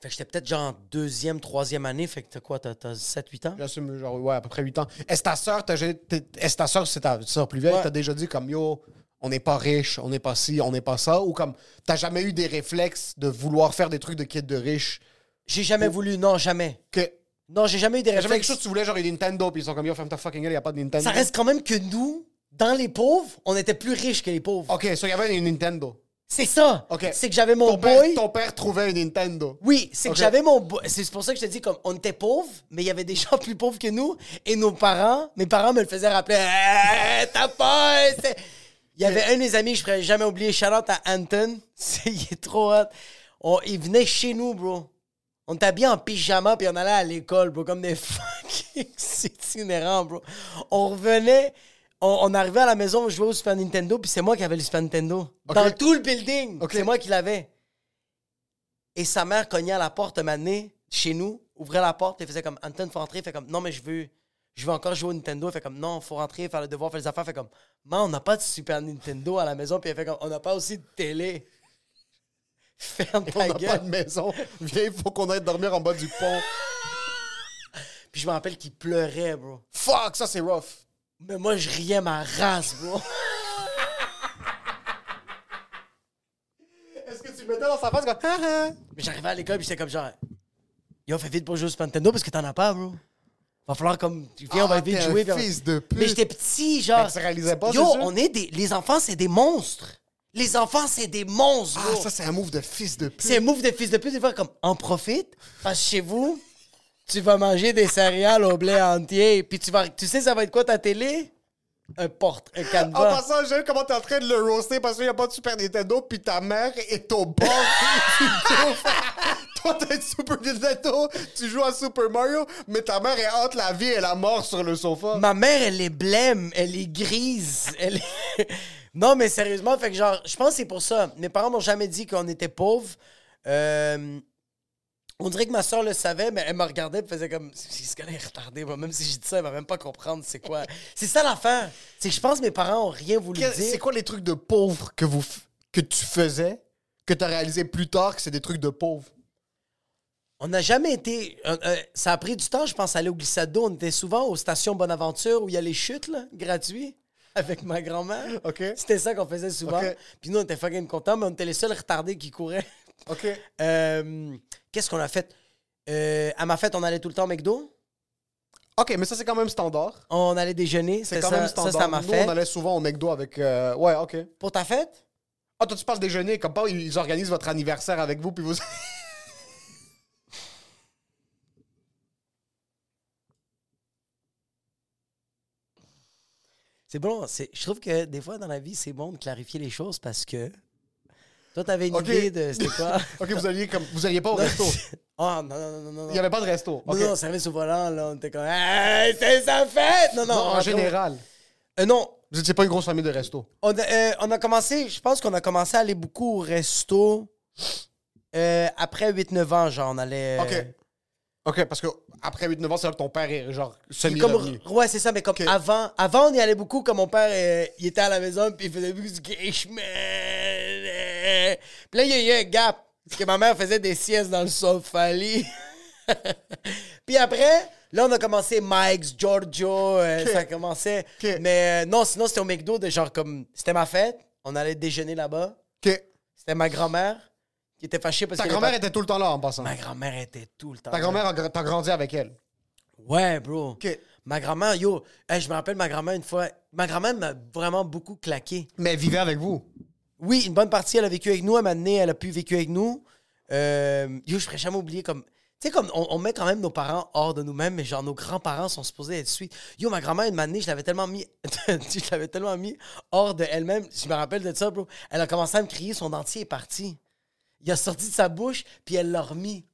S2: fait que j'étais peut-être genre en deuxième, troisième année. Fait que t'as quoi, t'as, t'as 7, 8 ans?
S3: J'assume, genre, ouais, à peu près 8 ans. Est-ce ta soeur, t'as, gé- t'es- est-ce ta soeur, c'est ta soeur plus vieille,
S2: Ouais.
S3: t'as déjà dit comme, yo, on n'est pas riche, on n'est pas ci, on n'est pas ça, ou comme, t'as jamais eu des réflexes de vouloir faire des trucs de kid de riche,
S2: J'ai jamais voulu, non, jamais.
S3: que...
S2: Non, j'ai jamais eu des
S3: T'as Oh. jamais quelque
S2: réflexes.
S3: chose, que tu voulais genre une Nintendo, puis ils sont comme, yo, ferme ta fucking gueule, y a pas de Nintendo.
S2: Ça reste quand même que nous, dans les pauvres, on était plus riches que les pauvres.
S3: OK, ça, y avait une Nintendo.
S2: C'est ça.
S3: OK.
S2: C'est que j'avais mon
S3: ton
S2: boy.
S3: Père, ton père trouvait une Nintendo.
S2: Oui, c'est
S3: OK.
S2: que j'avais mon boy. C'est pour ça que je te dis, comme, on était pauvres, mais il y avait des gens plus pauvres que nous. Et nos parents, mes parents me le faisaient rappeler. Hey, t'as pas. c'est- Il y avait un de mes amis que je pourrais jamais oublier, Charlotte à Anton. C'est- il est trop hot. On- il venait chez nous, bro. On était habillés en pyjama, puis on allait à l'école, bro, comme des fucking itinérants, bro. On revenait, on, on arrivait à la maison, on jouait au Super Nintendo, puis c'est moi qui avais le Super Nintendo.
S3: OK.
S2: Dans tout le building,
S3: OK.
S2: c'est moi qui l'avais. Et sa mère cognait à la porte un moment donné, chez nous, ouvrait la porte et faisait comme Anton, faut rentrer. Fait comme non, mais je veux, je veux encore jouer au Nintendo. Fait comme non, faut rentrer, faire le devoir, faire les affaires. Fait comme man, on n'a pas de Super Nintendo à la maison. Puis elle fait comme on n'a pas aussi de télé. Ferme
S3: On
S2: ta
S3: n'a pas de
S2: gueule.
S3: maison. Viens, il faut qu'on aille dormir en bas du pont.
S2: Puis je me rappelle qu'il pleurait, bro.
S3: Fuck, ça, c'est rough.
S2: Mais moi, je riais ma race, bro.
S3: Est-ce que tu le mettais dans sa face comme, ah, ah.
S2: Mais j'arrivais à l'école, puis j'étais comme genre, yo, fais vite pour jouer au Super Nintendo parce que t'en as pas, bro. Va falloir comme, viens, on
S3: Ah,
S2: va vite
S3: t'es un
S2: jouer. puis on-
S3: fils de pute.
S2: Mais j'étais petit, genre.
S3: Mais tu réalisais pas,
S2: Yo,
S3: c'est sûr?
S2: on est des. Les enfants, c'est des monstres. Les enfants, c'est des monstres,
S3: Ah,
S2: bro.
S3: ça, c'est un move de fils de pute.
S2: c'est un move de fils de pute de faire comme, en profite, parce que chez vous, tu vas manger des céréales au blé entier, puis tu vas. Tu sais, ça va être quoi ta télé? Un porte, un
S3: En
S2: canevas.
S3: passant, j'aime comment t'es en train de le roaster parce qu'il n'y a pas de Super Nintendo, puis ta mère est au bord du gouffre. Toi, t'as une Super Nintendo, tu joues à Super Mario, mais ta mère est entre la vie et la mort sur le sofa.
S2: Ma mère, elle est blême, elle est grise. Elle est- non, mais sérieusement, fait que genre, je pense que c'est pour ça. Mes parents m'ont jamais dit qu'on était pauvres. Euh, on dirait que ma soeur le savait, mais elle me regardait et faisait comme ce gars est retardé. moi. Même si je dis ça, elle va même pas comprendre c'est quoi. C'est ça l'affaire. C'est que je pense que mes parents ont rien voulu
S3: Quel-
S2: dire.
S3: C'est quoi les trucs de pauvres que, vous, f- que tu faisais, que t'as réalisé plus tard que c'est des trucs de pauvres?
S2: On n'a jamais été. euh, euh, ça a pris du temps, je pense, aller au glissade d'eau. On était souvent aux stations Bonaventure où il y a les chutes, là, gratuits, avec ma grand-mère.
S3: OK.
S2: C'était ça qu'on faisait souvent.
S3: OK.
S2: Puis nous, on était fucking contents, mais on était les seuls retardés qui couraient.
S3: OK.
S2: Euh, Qu'est-ce qu'on a fait? Euh, à ma fête, on allait tout le temps au McDo.
S3: OK, mais ça, c'est quand même standard.
S2: On allait déjeuner.
S3: C'est
S2: C'était
S3: quand
S2: ça,
S3: même
S2: ça,
S3: standard.
S2: c'était à ma
S3: Nous,
S2: fête.
S3: on allait souvent au McDo avec... euh, Ouais, OK.
S2: Pour ta fête?
S3: Ah, toi, tu passes déjeuner, comme pas, ils organisent votre anniversaire avec vous, puis vous...
S2: C'est bon. c'est- Je trouve que des fois, dans la vie, c'est bon de clarifier les choses parce que. Toi, t'avais une
S3: OK.
S2: idée de. C'était quoi?
S3: OK, vous alliez comme... Vous alliez pas au resto.
S2: Ah, non, non, non, non, non.
S3: Il n'y avait pas de resto.
S2: Non,
S3: OK.
S2: non, service au volant, là, on était comme Hey, c'est sa fête! Non, non,
S3: Non,
S2: on
S3: en
S2: rentrait au-
S3: général.
S2: Euh, non,
S3: Vous n'étiez pas une grosse famille de resto.
S2: on a, euh, on a commencé, je pense qu'on a commencé à aller beaucoup au resto euh, après 8-9 ans, genre, on allait. euh,
S3: OK. OK, parce que après 8-9 ans, c'est là que ton père est genre
S2: puis
S3: semi
S2: comme-
S3: revenu
S2: ouais, c'est ça, mais comme
S3: Ok.
S2: avant, avant, on y allait beaucoup, comme mon père, euh, il était à la maison, puis il faisait beaucoup du Gishman. Puis là, il y a eu un gap, parce que ma mère faisait des siestes dans le sofa lit. puis après, là, on a commencé Mike's, Giorgio, euh,
S3: Ok.
S2: ça commençait.
S3: Ok.
S2: Mais euh, non, sinon, c'était au McDo, de genre comme, c'était ma fête, on allait déjeuner là-bas.
S3: OK.
S2: C'était ma grand-mère qui était fâchée parce
S3: Ta
S2: que.
S3: grand-mère était tout le temps là en passant.
S2: Ma grand-mère était tout le temps.
S3: Ta
S2: là.
S3: grand-mère, a gra- t'as grandi avec elle.
S2: Ouais, bro.
S3: OK.
S2: Ma grand-mère, yo, hey, je me rappelle ma grand-mère une fois. Ma grand-mère m'a vraiment beaucoup claqué.
S3: Mais elle vivait avec vous.
S2: Oui, une bonne partie, elle a vécu avec nous. Elle m'a amené, elle a pu vécu avec nous. Euh, yo, je ne pourrais jamais oublier comme. Tu sais, comme on, on met quand même nos parents hors de nous-mêmes, mais genre nos grands-parents sont supposés être suivis. Yo, ma grand-mère, une année, je l'avais tellement mis. je l'avais tellement mis hors de elle-même. Je me rappelle de ça, bro. Elle a commencé à me crier, son dentier est parti. Il a sorti de sa bouche, puis elle l'a remis.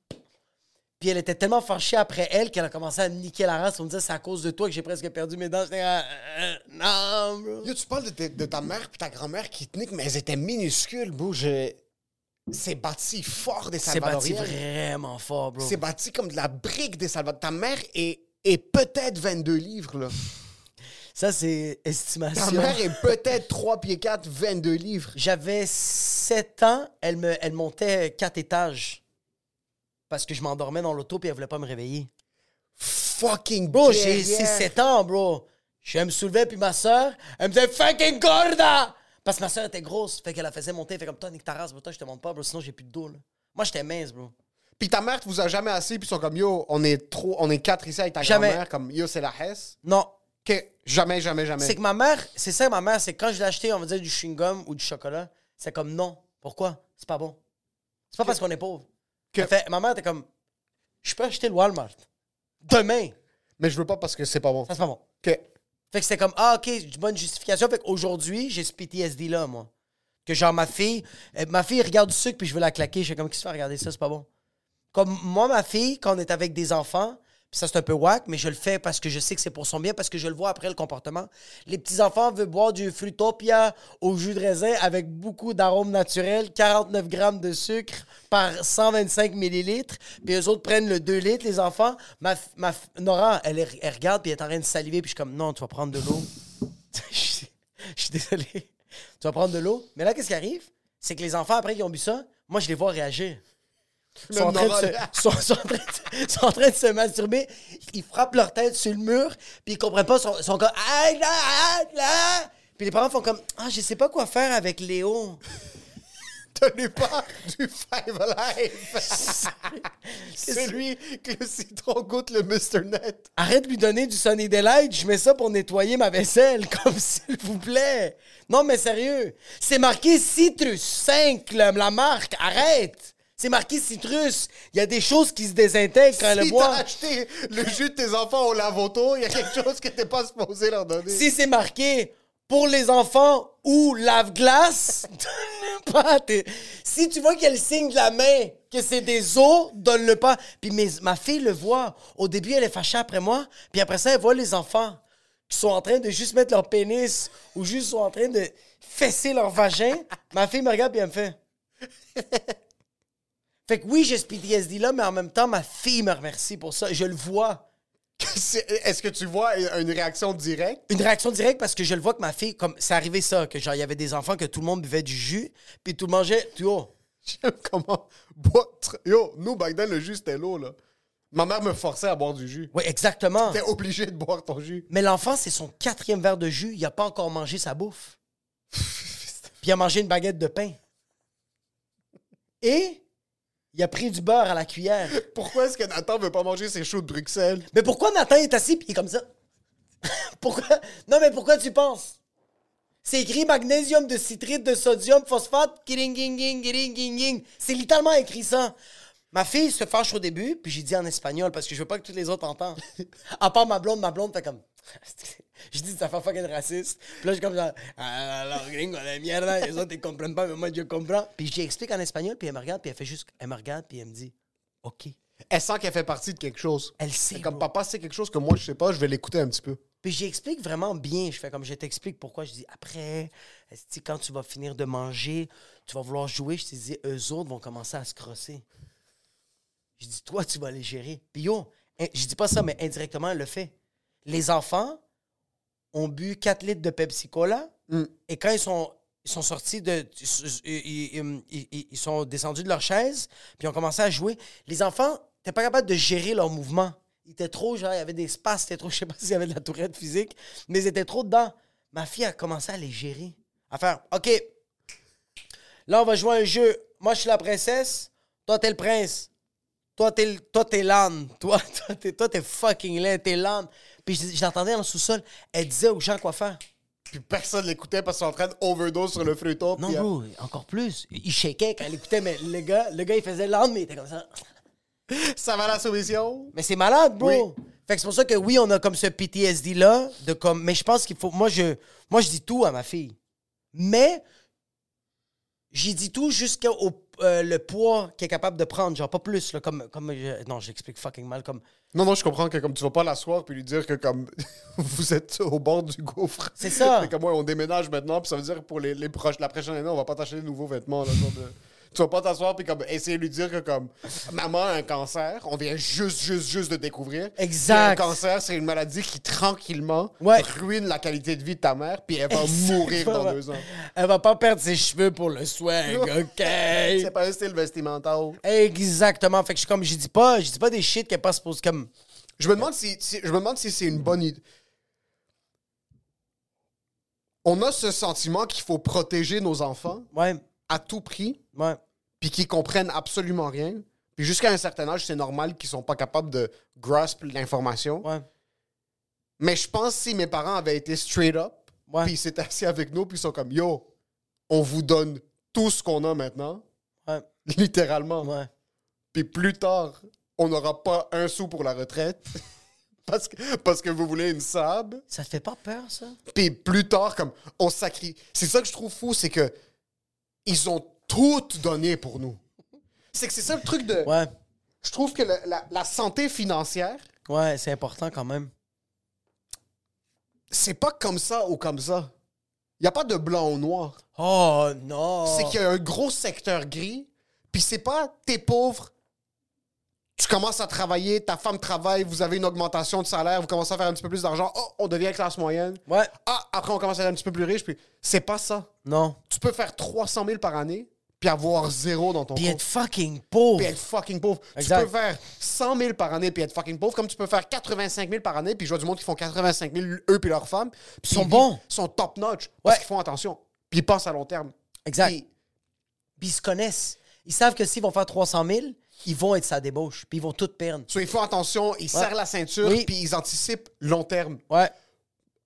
S2: Puis elle était tellement fâchée après elle qu'elle a commencé à me niquer la race. On me disait, c'est à cause de toi que j'ai presque perdu mes dents. J'étais comme, Euh, euh, non, bro.
S3: Yo, tu parles de, tes- de ta mère et ta grand-mère qui te niquent, mais elles étaient minuscules, bro. Je- C'est bâti fort des
S2: C'est bâti
S3: Salvadoriennes.
S2: vraiment fort, bro.
S3: C'est bâti comme de la brique des Salvadoriens. Ta mère est, est peut-être 22 livres, là.
S2: Ça, c'est
S3: Ta
S2: estimation.
S3: mère est peut-être 3 pieds 4, 22 livres.
S2: J'avais 7 ans, elle, me, elle montait 4 étages. Parce que je m'endormais dans l'auto puis elle voulait pas me réveiller.
S3: Fucking
S2: Bro, j'ai
S3: guerrière.
S2: c'est 7 ans, bro. Je me soulevais puis ma soeur, elle me disait fucking gorda! Parce que ma soeur était grosse, fait qu'elle la faisait monter, fait comme toi, nique ta race, bro, toi, je te monte pas, bro, sinon j'ai plus de dos, là. Moi, j'étais mince, bro.
S3: Puis ta mère vous a jamais assez, puis ils sont comme yo, on est trop, on est quatre ici avec ta
S2: Jamais.
S3: grand-mère, comme yo, c'est la Hesse.
S2: Non,
S3: Que jamais, jamais, jamais.
S2: C'est que ma mère, c'est ça ma mère, c'est que quand je l'ai acheté, on va dire du chewing-gum ou du chocolat, c'est comme non. Pourquoi? C'est pas bon. C'est pas parce qu'on est pauvre.
S3: Que-
S2: Elle Fait, ma mère était comme, je peux acheter le Walmart. Demain.
S3: Mais je veux pas parce que c'est pas bon.
S2: Ça, c'est pas bon.
S3: Que
S2: Fait que c'était comme, ah, OK, du- bonne justification. Fait qu'aujourd'hui, j'ai ce PTSD-là, moi. Que genre, ma fille, euh, ma fille regarde du sucre, puis je veux la claquer. Je suis comme, qui se fait regarder ça, c'est pas bon. Comme moi, ma fille, quand on est avec des enfants, puis ça, c'est un peu whack, mais je le fais parce que je sais que c'est pour son bien, parce que je le vois après le comportement. Les petits-enfants veulent boire du Fruitopia au jus de raisin avec beaucoup d'arômes naturels, 49 grammes de sucre par 125 millilitres, puis eux autres prennent le 2 litres, les enfants. Ma, f- ma f- Nora, elle, est- elle regarde, puis elle est en train de saliver, puis je suis comme, non, tu vas prendre de l'eau. je suis- je suis désolé. Tu vas prendre de l'eau. Mais là, qu'est-ce qui arrive? C'est que les enfants, après qu'ils ont bu ça, moi, je les vois réagir sont en, train de
S3: moral.
S2: se, sont, sont en train de- sont en train de se masturber. Ils frappent leur tête sur le mur, puis ils comprennent pas. Ils sont, ils sont comme Aïe, là, aïe, là. Puis les parents font comme Ah, je sais pas quoi faire avec Léo.
S3: tenez pas du Five Alive. c'est lui que le citron goûte le Mr. Net.
S2: Arrête de lui donner du Sunny Delight, je mets ça pour nettoyer ma vaisselle, comme s'il vous plaît. Non, mais sérieux. C'est marqué Citrus 5, la, la marque. Arrête. C'est marqué Citrus. Il y a des choses qui se désintègrent quand elles le
S3: si t'as
S2: boit.
S3: acheté le jus de tes enfants au lavoto, il y a quelque chose que t'es pas supposé leur donner.
S2: Si c'est marqué pour les enfants ou lave-glace, donne-le pas. à tes- Si tu vois qu'il y a le signe de la main, que c'est des os, donne-le pas. Puis mes- ma fille le voit. Au début, elle est fâchée après moi. Puis après ça, elle voit les enfants qui sont en train de juste mettre leur pénis ou juste sont en train de fesser leur vagin. Ma fille me regarde et elle me fait. Fait que oui, j'ai ce PTSD là, mais en même temps, ma fille me remercie pour ça. Je le vois.
S3: C'est- Est-ce que tu vois une réaction directe?
S2: une réaction directe parce que je le vois que ma fille, comme c'est arrivé ça, que genre il y avait des enfants que tout le monde buvait du jus, puis tout le mangeait du haut.
S3: J'aime comment boire. tr- Yo, nous, back then, le jus, c'était l'eau, là. Ma mère me forçait à boire du jus.
S2: Oui, exactement.
S3: T'es obligé de boire ton jus.
S2: Mais l'enfant, c'est son quatrième verre de jus, il a pas encore mangé sa bouffe. puis il a mangé une baguette de pain. Et il a pris du beurre à la cuillère.
S3: Pourquoi est-ce que Nathan veut pas manger ses choux de Bruxelles?
S2: Mais pourquoi Nathan est assis puis il est comme ça? pourquoi? Non, mais pourquoi tu penses? C'est écrit magnésium de citrate de sodium phosphate, kiring, ging, ging, kiring, ging, ging. C'est littéralement écrit ça. Ma fille se fâche au début, puis j'ai dit en espagnol parce que je veux pas que tous les autres entendent. À part ma blonde, ma blonde fait comme. Je dis, ça fait fucking raciste. Puis là, je suis comme genre, ah, la gringo de mierda, les autres, ils comprennent pas, mais moi, je comprends. Puis j'explique en espagnol, puis elle me regarde, puis elle fait juste, elle me regarde, puis elle me dit, OK.
S3: Elle sent qu'elle fait partie de quelque chose.
S2: Elle sait,
S3: C'est Comme
S2: bro.
S3: papa, c'est quelque chose que moi, je sais pas, je vais l'écouter un petit peu.
S2: Puis j'explique vraiment bien. Je fais comme je t'explique pourquoi. Je dis après, esti, quand tu vas finir de manger, tu vas vouloir jouer. Je te dis, eux autres vont commencer à se crosser. Je dis, toi, tu vas les gérer. Puis yo, in- je dis pas ça, mais indirectement, elle le fait. Les enfants ont bu 4 litres de Pepsi Cola et quand ils sont, ils sont sortis de. Ils, ils- ils- ils sont descendus de leur chaise puis ils ont commencé à jouer. Les enfants n'étaient pas capables de gérer leur mouvement. Ils étaient trop, genre, il y avait des espaces, c'était trop, je sais pas s'il y avait de la tourette physique, mais ils étaient trop dedans. Ma fille a commencé à les gérer, à faire OK, là, on va jouer à un jeu. Moi, je suis la princesse, toi, t'es le prince. Toi, t'es le- toi, t'es l'âne. Toi, toi, t'es toi, t'es fucking laid, t'es l'âne. Puis je, je l'entendais dans le sous-sol. Elle disait aux gens quoi faire.
S3: Puis personne l'écoutait parce qu'ils sont en train d'overdose sur le fruto.
S2: Non,
S3: puis, euh,
S2: bro, encore plus. Il shakait quand elle écoutait, mais le gars, le gars, il faisait l'âne, mais il était comme ça.
S3: Ça va la soumission?
S2: Mais c'est malade, bro. Fait que c'est pour ça que oui, on a comme ce PTSD là de comme mais je pense qu'il faut moi je moi je dis tout à ma fille. Mais j'y dis tout jusqu'au euh, le poids qu'elle est capable de prendre, genre pas plus là, comme comme je- non, j'explique fucking mal comme
S3: Non, non, je comprends que comme tu vas pas l'asseoir puis lui dire que comme vous êtes au bord du gouffre.
S2: C'est ça.
S3: Mais comme ouais, on déménage maintenant, puis ça veut dire que pour les, les proches, la prochaine année, on va pas t'acheter de nouveaux vêtements. Là, comme, euh, tu vas pas t'asseoir puis comme essayer de lui dire que comme maman a un cancer, on vient juste, juste, juste de découvrir.
S2: Exact.
S3: Puis Un cancer, c'est une maladie qui tranquillement
S2: Ouais.
S3: ruine la qualité de vie de ta mère, puis elle va mourir dans deux ans.
S2: Elle va pas perdre ses cheveux pour le swag,
S3: C'est
S2: OK?
S3: pas un style vestimental.
S2: Exactement. Fait que je suis comme je dis pas, je dis pas des shit qu'elle passe pour comme
S3: Je me demande si, si- je me demande si c'est une bonne idée. On a ce sentiment qu'il faut protéger nos enfants
S2: ouais,
S3: à tout prix,
S2: ouais.
S3: puis qu'ils comprennent absolument rien. Puis jusqu'à un certain âge, c'est normal qu'ils sont pas capables de grasp l'information.
S2: Ouais.
S3: Mais je pense que si mes parents avaient été straight up,
S2: Ouais.
S3: puis ils s'étaient assis avec nous, puis ils sont comme yo, on vous donne tout ce qu'on a maintenant,
S2: Ouais.
S3: littéralement.
S2: Ouais.
S3: Puis plus tard, on n'aura pas un sou pour la retraite. Parce que, parce que vous voulez une sable.
S2: Ça te fait pas peur ça
S3: Puis plus tard, comme, on sacrifie. C'est ça que je trouve fou, c'est que ils ont tout donné pour nous. C'est que c'est ça le truc de.
S2: Ouais.
S3: Je trouve que le- la, la santé financière,
S2: Ouais, c'est important quand même.
S3: c'est pas comme ça ou comme ça. Il n'y a pas de blanc ou noir.
S2: Oh non!
S3: C'est qu'il y a un gros secteur gris, puis c'est pas t'es pauvre, tu commences à travailler, ta femme travaille, vous avez une augmentation de salaire, vous commencez à faire un petit peu plus d'argent, oh, on devient classe moyenne.
S2: Ouais.
S3: Ah, après on commence à être un petit peu plus riche, puis c'est pas ça.
S2: Non.
S3: tu peux faire 300 000 par année puis avoir zéro dans ton
S2: Puis
S3: compte.
S2: être fucking pauvre.
S3: Puis être fucking pauvre.
S2: Exact.
S3: Tu peux faire 100 000 par année puis être fucking pauvre, comme tu peux faire 85 000 par année puis je vois du monde qui font 85 000, eux puis leurs femmes. Puis
S2: sont
S3: ils
S2: bons.
S3: sont top notch parce
S2: Ouais.
S3: qu'ils font attention. Puis ils pensent à long terme.
S2: Exact.
S3: Puis-
S2: Puis ils se connaissent. Ils savent que s'ils vont faire 300 000, ils vont être sa débauche. Puis ils vont tout perdre.
S3: so, ils font attention, ils serrent la ceinture
S2: Oui.
S3: puis ils anticipent long terme.
S2: Ouais.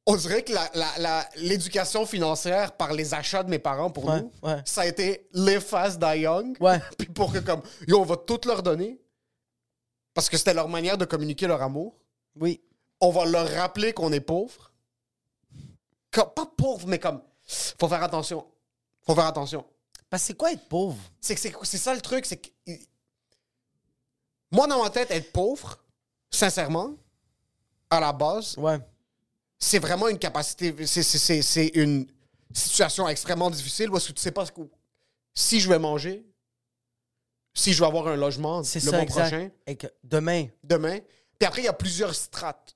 S3: On dirait que la- la- la- l'éducation financière par les achats de mes parents pour
S2: Ouais,
S3: nous,
S2: ouais.
S3: ça a été les fast die young.
S2: Ouais.
S3: Puis pour que, comme, yo, on va tout leur donner parce que c'était leur manière de communiquer leur amour.
S2: Oui.
S3: On va leur rappeler qu'on est pauvre. Comme- pas pauvre, mais comme, faut faire attention. Faut faire attention.
S2: Parce que c'est quoi être pauvre?
S3: C'est que c'est c'est ça le truc, c'est que. Moi, dans ma tête, être pauvre, sincèrement, à la base,
S2: Ouais.
S3: c'est vraiment une capacité. c'est- c'est- C'est c'est une situation extrêmement difficile parce que tu sais pas ce que- si je vais manger, si je vais avoir un logement
S2: C'est
S3: le
S2: ça,
S3: mois
S2: exact.
S3: prochain,
S2: Et que demain.
S3: demain. Puis après, il y a plusieurs strates.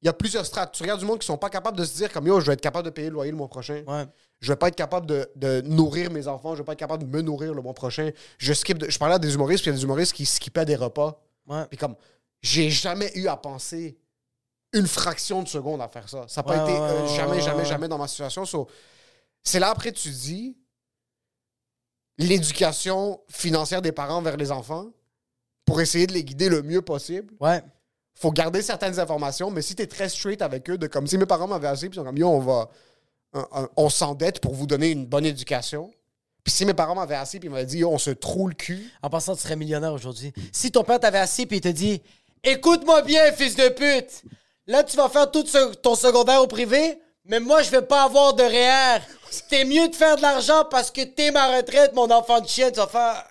S3: Il y a plusieurs strates. Tu regardes du monde qui sont pas capables de se dire comme yo, je vais être capable de payer le loyer le mois prochain.
S2: Ouais.
S3: Je vais pas être capable de, de nourrir mes enfants. Je vais pas être capable de me nourrir le mois prochain. Je skip. de- Je parlais à des humoristes, puis il y a des humoristes qui skippaient des repas.
S2: Ouais.
S3: Puis comme, j'ai jamais eu à penser une fraction de seconde à faire ça. Ça n'a pas
S2: Ouais,
S3: été
S2: ouais,
S3: euh,
S2: ouais,
S3: jamais,
S2: ouais,
S3: jamais,
S2: ouais.
S3: jamais dans ma situation. So, c'est là après tu dis l'éducation financière des parents vers les enfants pour essayer de les guider le mieux possible.
S2: Ouais.
S3: Faut garder certaines informations, mais si tu es très straight avec eux, de comme si mes parents m'avaient assez, puis ils sont comme yo, on va, on- on- on s'endette pour vous donner une bonne éducation. Puis si mes parents m'avaient assez, puis ils m'avaient dit yo, on se trouve le cul.
S2: En passant, tu serais millionnaire aujourd'hui. Si ton père t'avait assis puis il te dit Écoute-moi bien, fils de pute. Là, tu vas faire tout ce- ton secondaire au privé, mais moi, je vais pas avoir de REER. T'es mieux de faire de l'argent parce que t'es ma retraite, mon enfant de chien. Tu vas faire.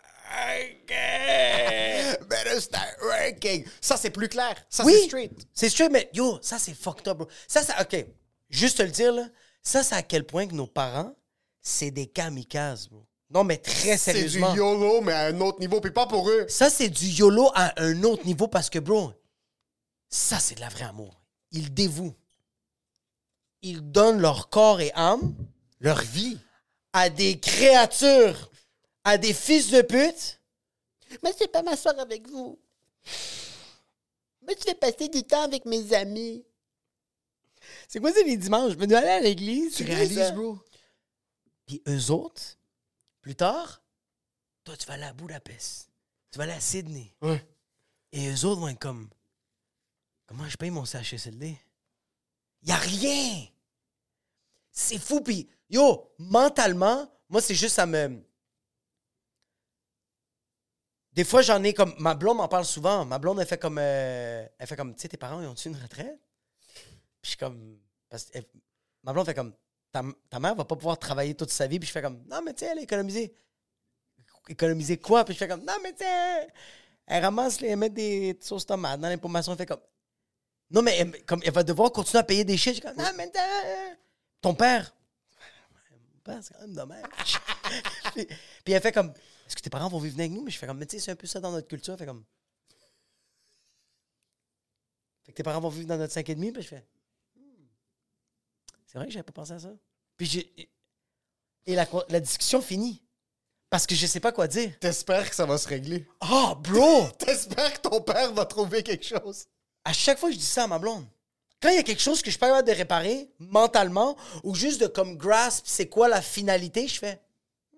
S3: Okay. Better start working. Ça, c'est plus clair. Ça,
S2: Oui.
S3: c'est straight.
S2: C'est straight, mais yo, ça, c'est fucked up, bro. Ça, ça. OK. Juste te le dire, là. Ça, c'est à quel point que nos parents, c'est des kamikazes, bro. Non, mais très
S3: C'est du
S2: sérieusement.
S3: YOLO, mais à un autre niveau. Puis pas pour eux.
S2: Ça, c'est du YOLO à un autre niveau parce que, bro, ça, c'est de la vraie amour. Ils dévouent. Ils donnent leur corps et âme
S3: Leur vie.
S2: à des créatures, à des fils de pute.
S5: Moi, je vais pas m'asseoir avec vous. Moi, je vais passer du temps avec mes amis.
S2: C'est quoi ça les dimanches? Je me dois aller à l'église.
S3: Tu
S2: c'est quoi
S3: réalises,
S2: ça?
S3: bro?
S2: Puis eux autres, plus tard, toi, tu vas aller à Budapest. Tu vas aller à Sydney.
S3: Ouais.
S2: Et eux autres vont être comme Comment je paye mon CHSLD? Y a rien! C'est fou, pis yo, mentalement, moi c'est juste ça me. Des fois, j'en ai comme. Ma blonde m'en parle souvent. Ma blonde, elle fait comme. euh, elle fait comme. Tu sais, tes parents, ils ont-tu une retraite? Puis je suis comme. Parce que elle- ma blonde fait comme. Ta, ta mère va pas pouvoir travailler toute sa vie. Puis je fais comme. Non, mais tu sais, elle a économisé. Économiser quoi? Puis je fais comme. Non, mais tu sais. Elle ramasse, les- elle met des sauces tomates dans les pommades. Elle fait comme. Non, mais elle, comme, elle va devoir continuer à payer des chiffres. Je suis comme. Non, mais tu sais, Ton père. Mon père, c'est quand même dommage. puis, puis elle fait comme. Est-ce que tes parents vont vivre avec nous? Mais je fais comme. Mais tu sais, c'est un peu ça dans notre culture. Elle fait comme. Fait que tes parents vont vivre dans notre 5,5. Puis je fais. C'est vrai que j'avais pas pensé à ça. Puis j'ai. Et la, co- la discussion finit. Parce que je sais pas quoi dire.
S3: T'espères que ça va se régler.
S2: Oh, bro!
S3: T'espères que ton père va trouver quelque chose.
S2: À chaque fois, je dis ça à ma blonde. Quand il y a quelque chose que je suis pas capable de réparer mentalement ou juste de comme grasp, c'est quoi la finalité, je fais. Hmm.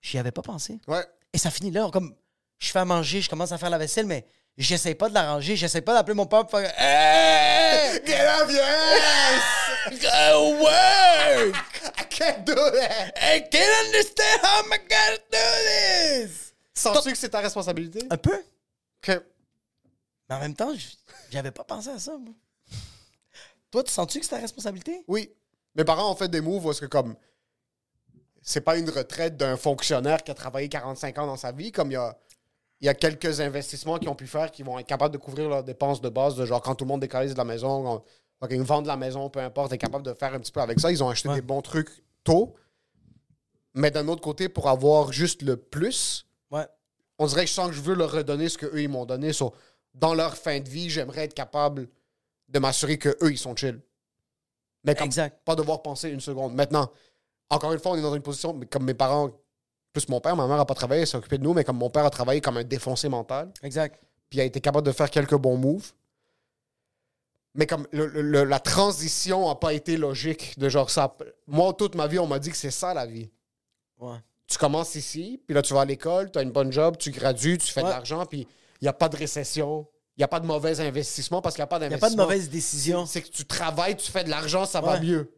S2: J'y avais pas pensé.
S3: Ouais.
S2: Et ça finit là. Comme je fais à manger, je commence à faire la vaisselle, mais j'essaie pas de la ranger, j'essaie pas d'appeler mon père pour faire. Hey!
S3: Get up, yes!
S2: Go work!
S3: I can't do that!
S2: I can't understand how I'm gonna do this!
S3: Sens-tu que c'est ta responsabilité?
S2: Un peu.
S3: Ok.
S2: Mais en même temps, j- j'avais pas pensé à ça. moi. Toi, tu sens-tu que c'est ta responsabilité?
S3: Oui. Mes parents ont fait des moves où est-ce que comme c'est pas une retraite d'un fonctionnaire qui a travaillé 45 ans dans sa vie, comme il y a, il y a quelques investissements qu'ils ont pu faire qui vont être capables de couvrir leurs dépenses de base, de genre quand tout le monde décalise de la maison, on, fucking vendre la maison, peu importe, est capable de faire un petit peu avec ça. Ils ont acheté des bons trucs tôt. Mais d'un autre côté, pour avoir juste le plus,
S2: Ouais.
S3: on dirait que je sens que je veux leur redonner ce qu'eux, ils m'ont donné. So, dans leur fin de vie, j'aimerais être capable de m'assurer que eux ils sont chill. Mais comme
S2: Exact.
S3: pas devoir penser une seconde. Maintenant, encore une fois, on est dans une position, mais comme mes parents, plus mon père, ma mère a pas travaillé, elle s'est occupée de nous, mais comme mon père a travaillé comme un défoncé mental,
S2: Exact.
S3: puis a été capable de faire quelques bons moves. Mais comme le- le- le- la transition n'a pas été logique, de genre ça. Moi, toute ma vie, on m'a dit que c'est ça la vie
S2: Ouais.
S3: tu commences ici, puis là, tu vas à l'école, tu as une bonne job, tu gradues, tu fais
S2: Ouais.
S3: de l'argent, puis il n'y a pas de récession, il n'y a pas de mauvais investissement parce qu'il n'y a pas
S2: Il n'y a
S3: d'investissement.
S2: pas de mauvaise décision.
S3: C'est que tu travailles, tu fais de l'argent, ça
S2: Ouais.
S3: va mieux.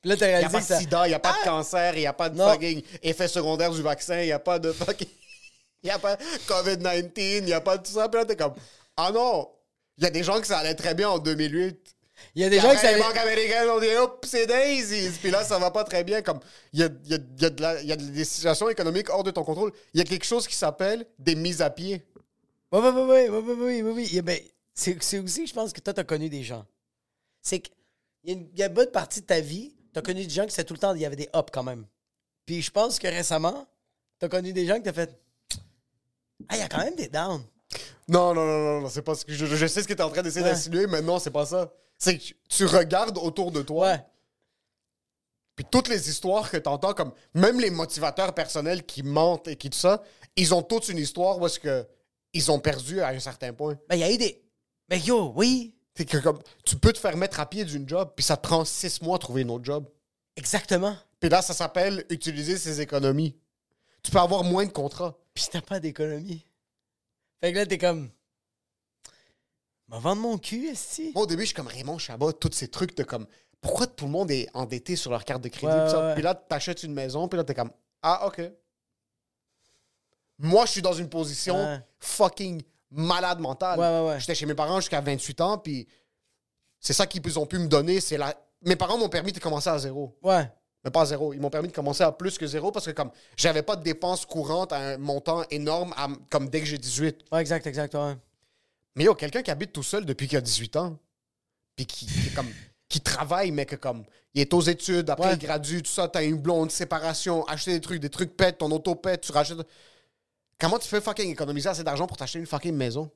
S2: Puis là, t'as
S3: Il n'y a
S2: réalisé
S3: pas
S2: que
S3: de
S2: ça... Ah!
S3: sida, il n'y a pas de cancer, il n'y a pas de
S2: Non.
S3: fucking effet secondaire du vaccin, il n'y a pas de fucking. Il n'y a pas de COVID-19, il n'y a pas de tout ça. Puis là, t'es comme, ah non, il y a des gens que ça allait très bien en 2008.
S2: Il y a des gens qui
S3: Les
S2: savaient...
S3: banques américaines ont dit Oups, c'est Daisies. Puis là, ça va pas très bien. Comme il y a, il y a- il y a de la- il y a des situations économiques hors de ton contrôle. Il y a quelque chose qui s'appelle des mises à pied.
S2: Oui, oui, oui, oui, oui, oui, oui, oui. Eh ben, c'est c'est aussi, je pense, que toi, t'as connu des gens. C'est qu'il y, a une- il y a une bonne partie de ta vie, t'as connu des gens qui c'est tout le temps, il y avait des ups quand même. Puis je pense que récemment, t'as connu des gens que t'as fait... Ah, il y a quand même des downs.
S3: Non, non, non, non, non, c'est pas ce que je, je sais ce que tu es en train d'essayer
S2: Ouais.
S3: d'insinuer, mais non, c'est pas ça. C'est que tu- tu regardes autour de toi.
S2: Ouais.
S3: Puis toutes les histoires que tu entends, comme même les motivateurs personnels qui mentent et qui tout ça, ils ont toutes une histoire où est-ce que ils ont perdu à un certain point.
S2: Ben, il y a eu des... Ben, yo, oui,
S3: C'est que comme tu peux te faire mettre à pied d'une job, puis ça te prend six mois de trouver une autre job.
S2: exactement.
S3: Puis là, ça s'appelle utiliser ses économies. Tu peux avoir moins de contrats.
S2: Puis t'as pas d'économie. Fait que là, t'es comme... M'en vendre mon cul, esti.
S3: Moi, au début, je suis comme Raymond Chabot, tous ces trucs de comme pourquoi tout le monde est endetté sur leur carte de crédit.
S2: Ouais,
S3: pis ça?
S2: ouais, ouais.
S3: Puis là, t'achètes une maison, puis là, t'es comme ah, ok. Moi, je suis dans une position
S2: Ouais.
S3: fucking malade mentale.
S2: Ouais, ouais, ouais.
S3: J'étais chez mes parents jusqu'à 28 ans, puis c'est ça qu'ils ont pu me donner. C'est la... Mes parents m'ont permis de commencer à zéro.
S2: Ouais.
S3: Mais pas à zéro. Ils m'ont permis de commencer à plus que zéro parce que comme j'avais pas de dépenses courantes à un montant énorme à- comme dès que j'ai 18.
S2: Ouais, exact, exact, ouais.
S3: Mais yo, quelqu'un qui habite tout seul depuis qu'il a 18 ans, puis qui, qui est comme, qui travaille, mais que comme, il est aux études, après
S2: Ouais.
S3: il gradue, tout ça, t'as une blonde, séparation, acheter des trucs, des trucs pètent, ton auto pète, tu rachètes. Comment tu peux fucking économiser assez d'argent pour t'acheter une fucking maison?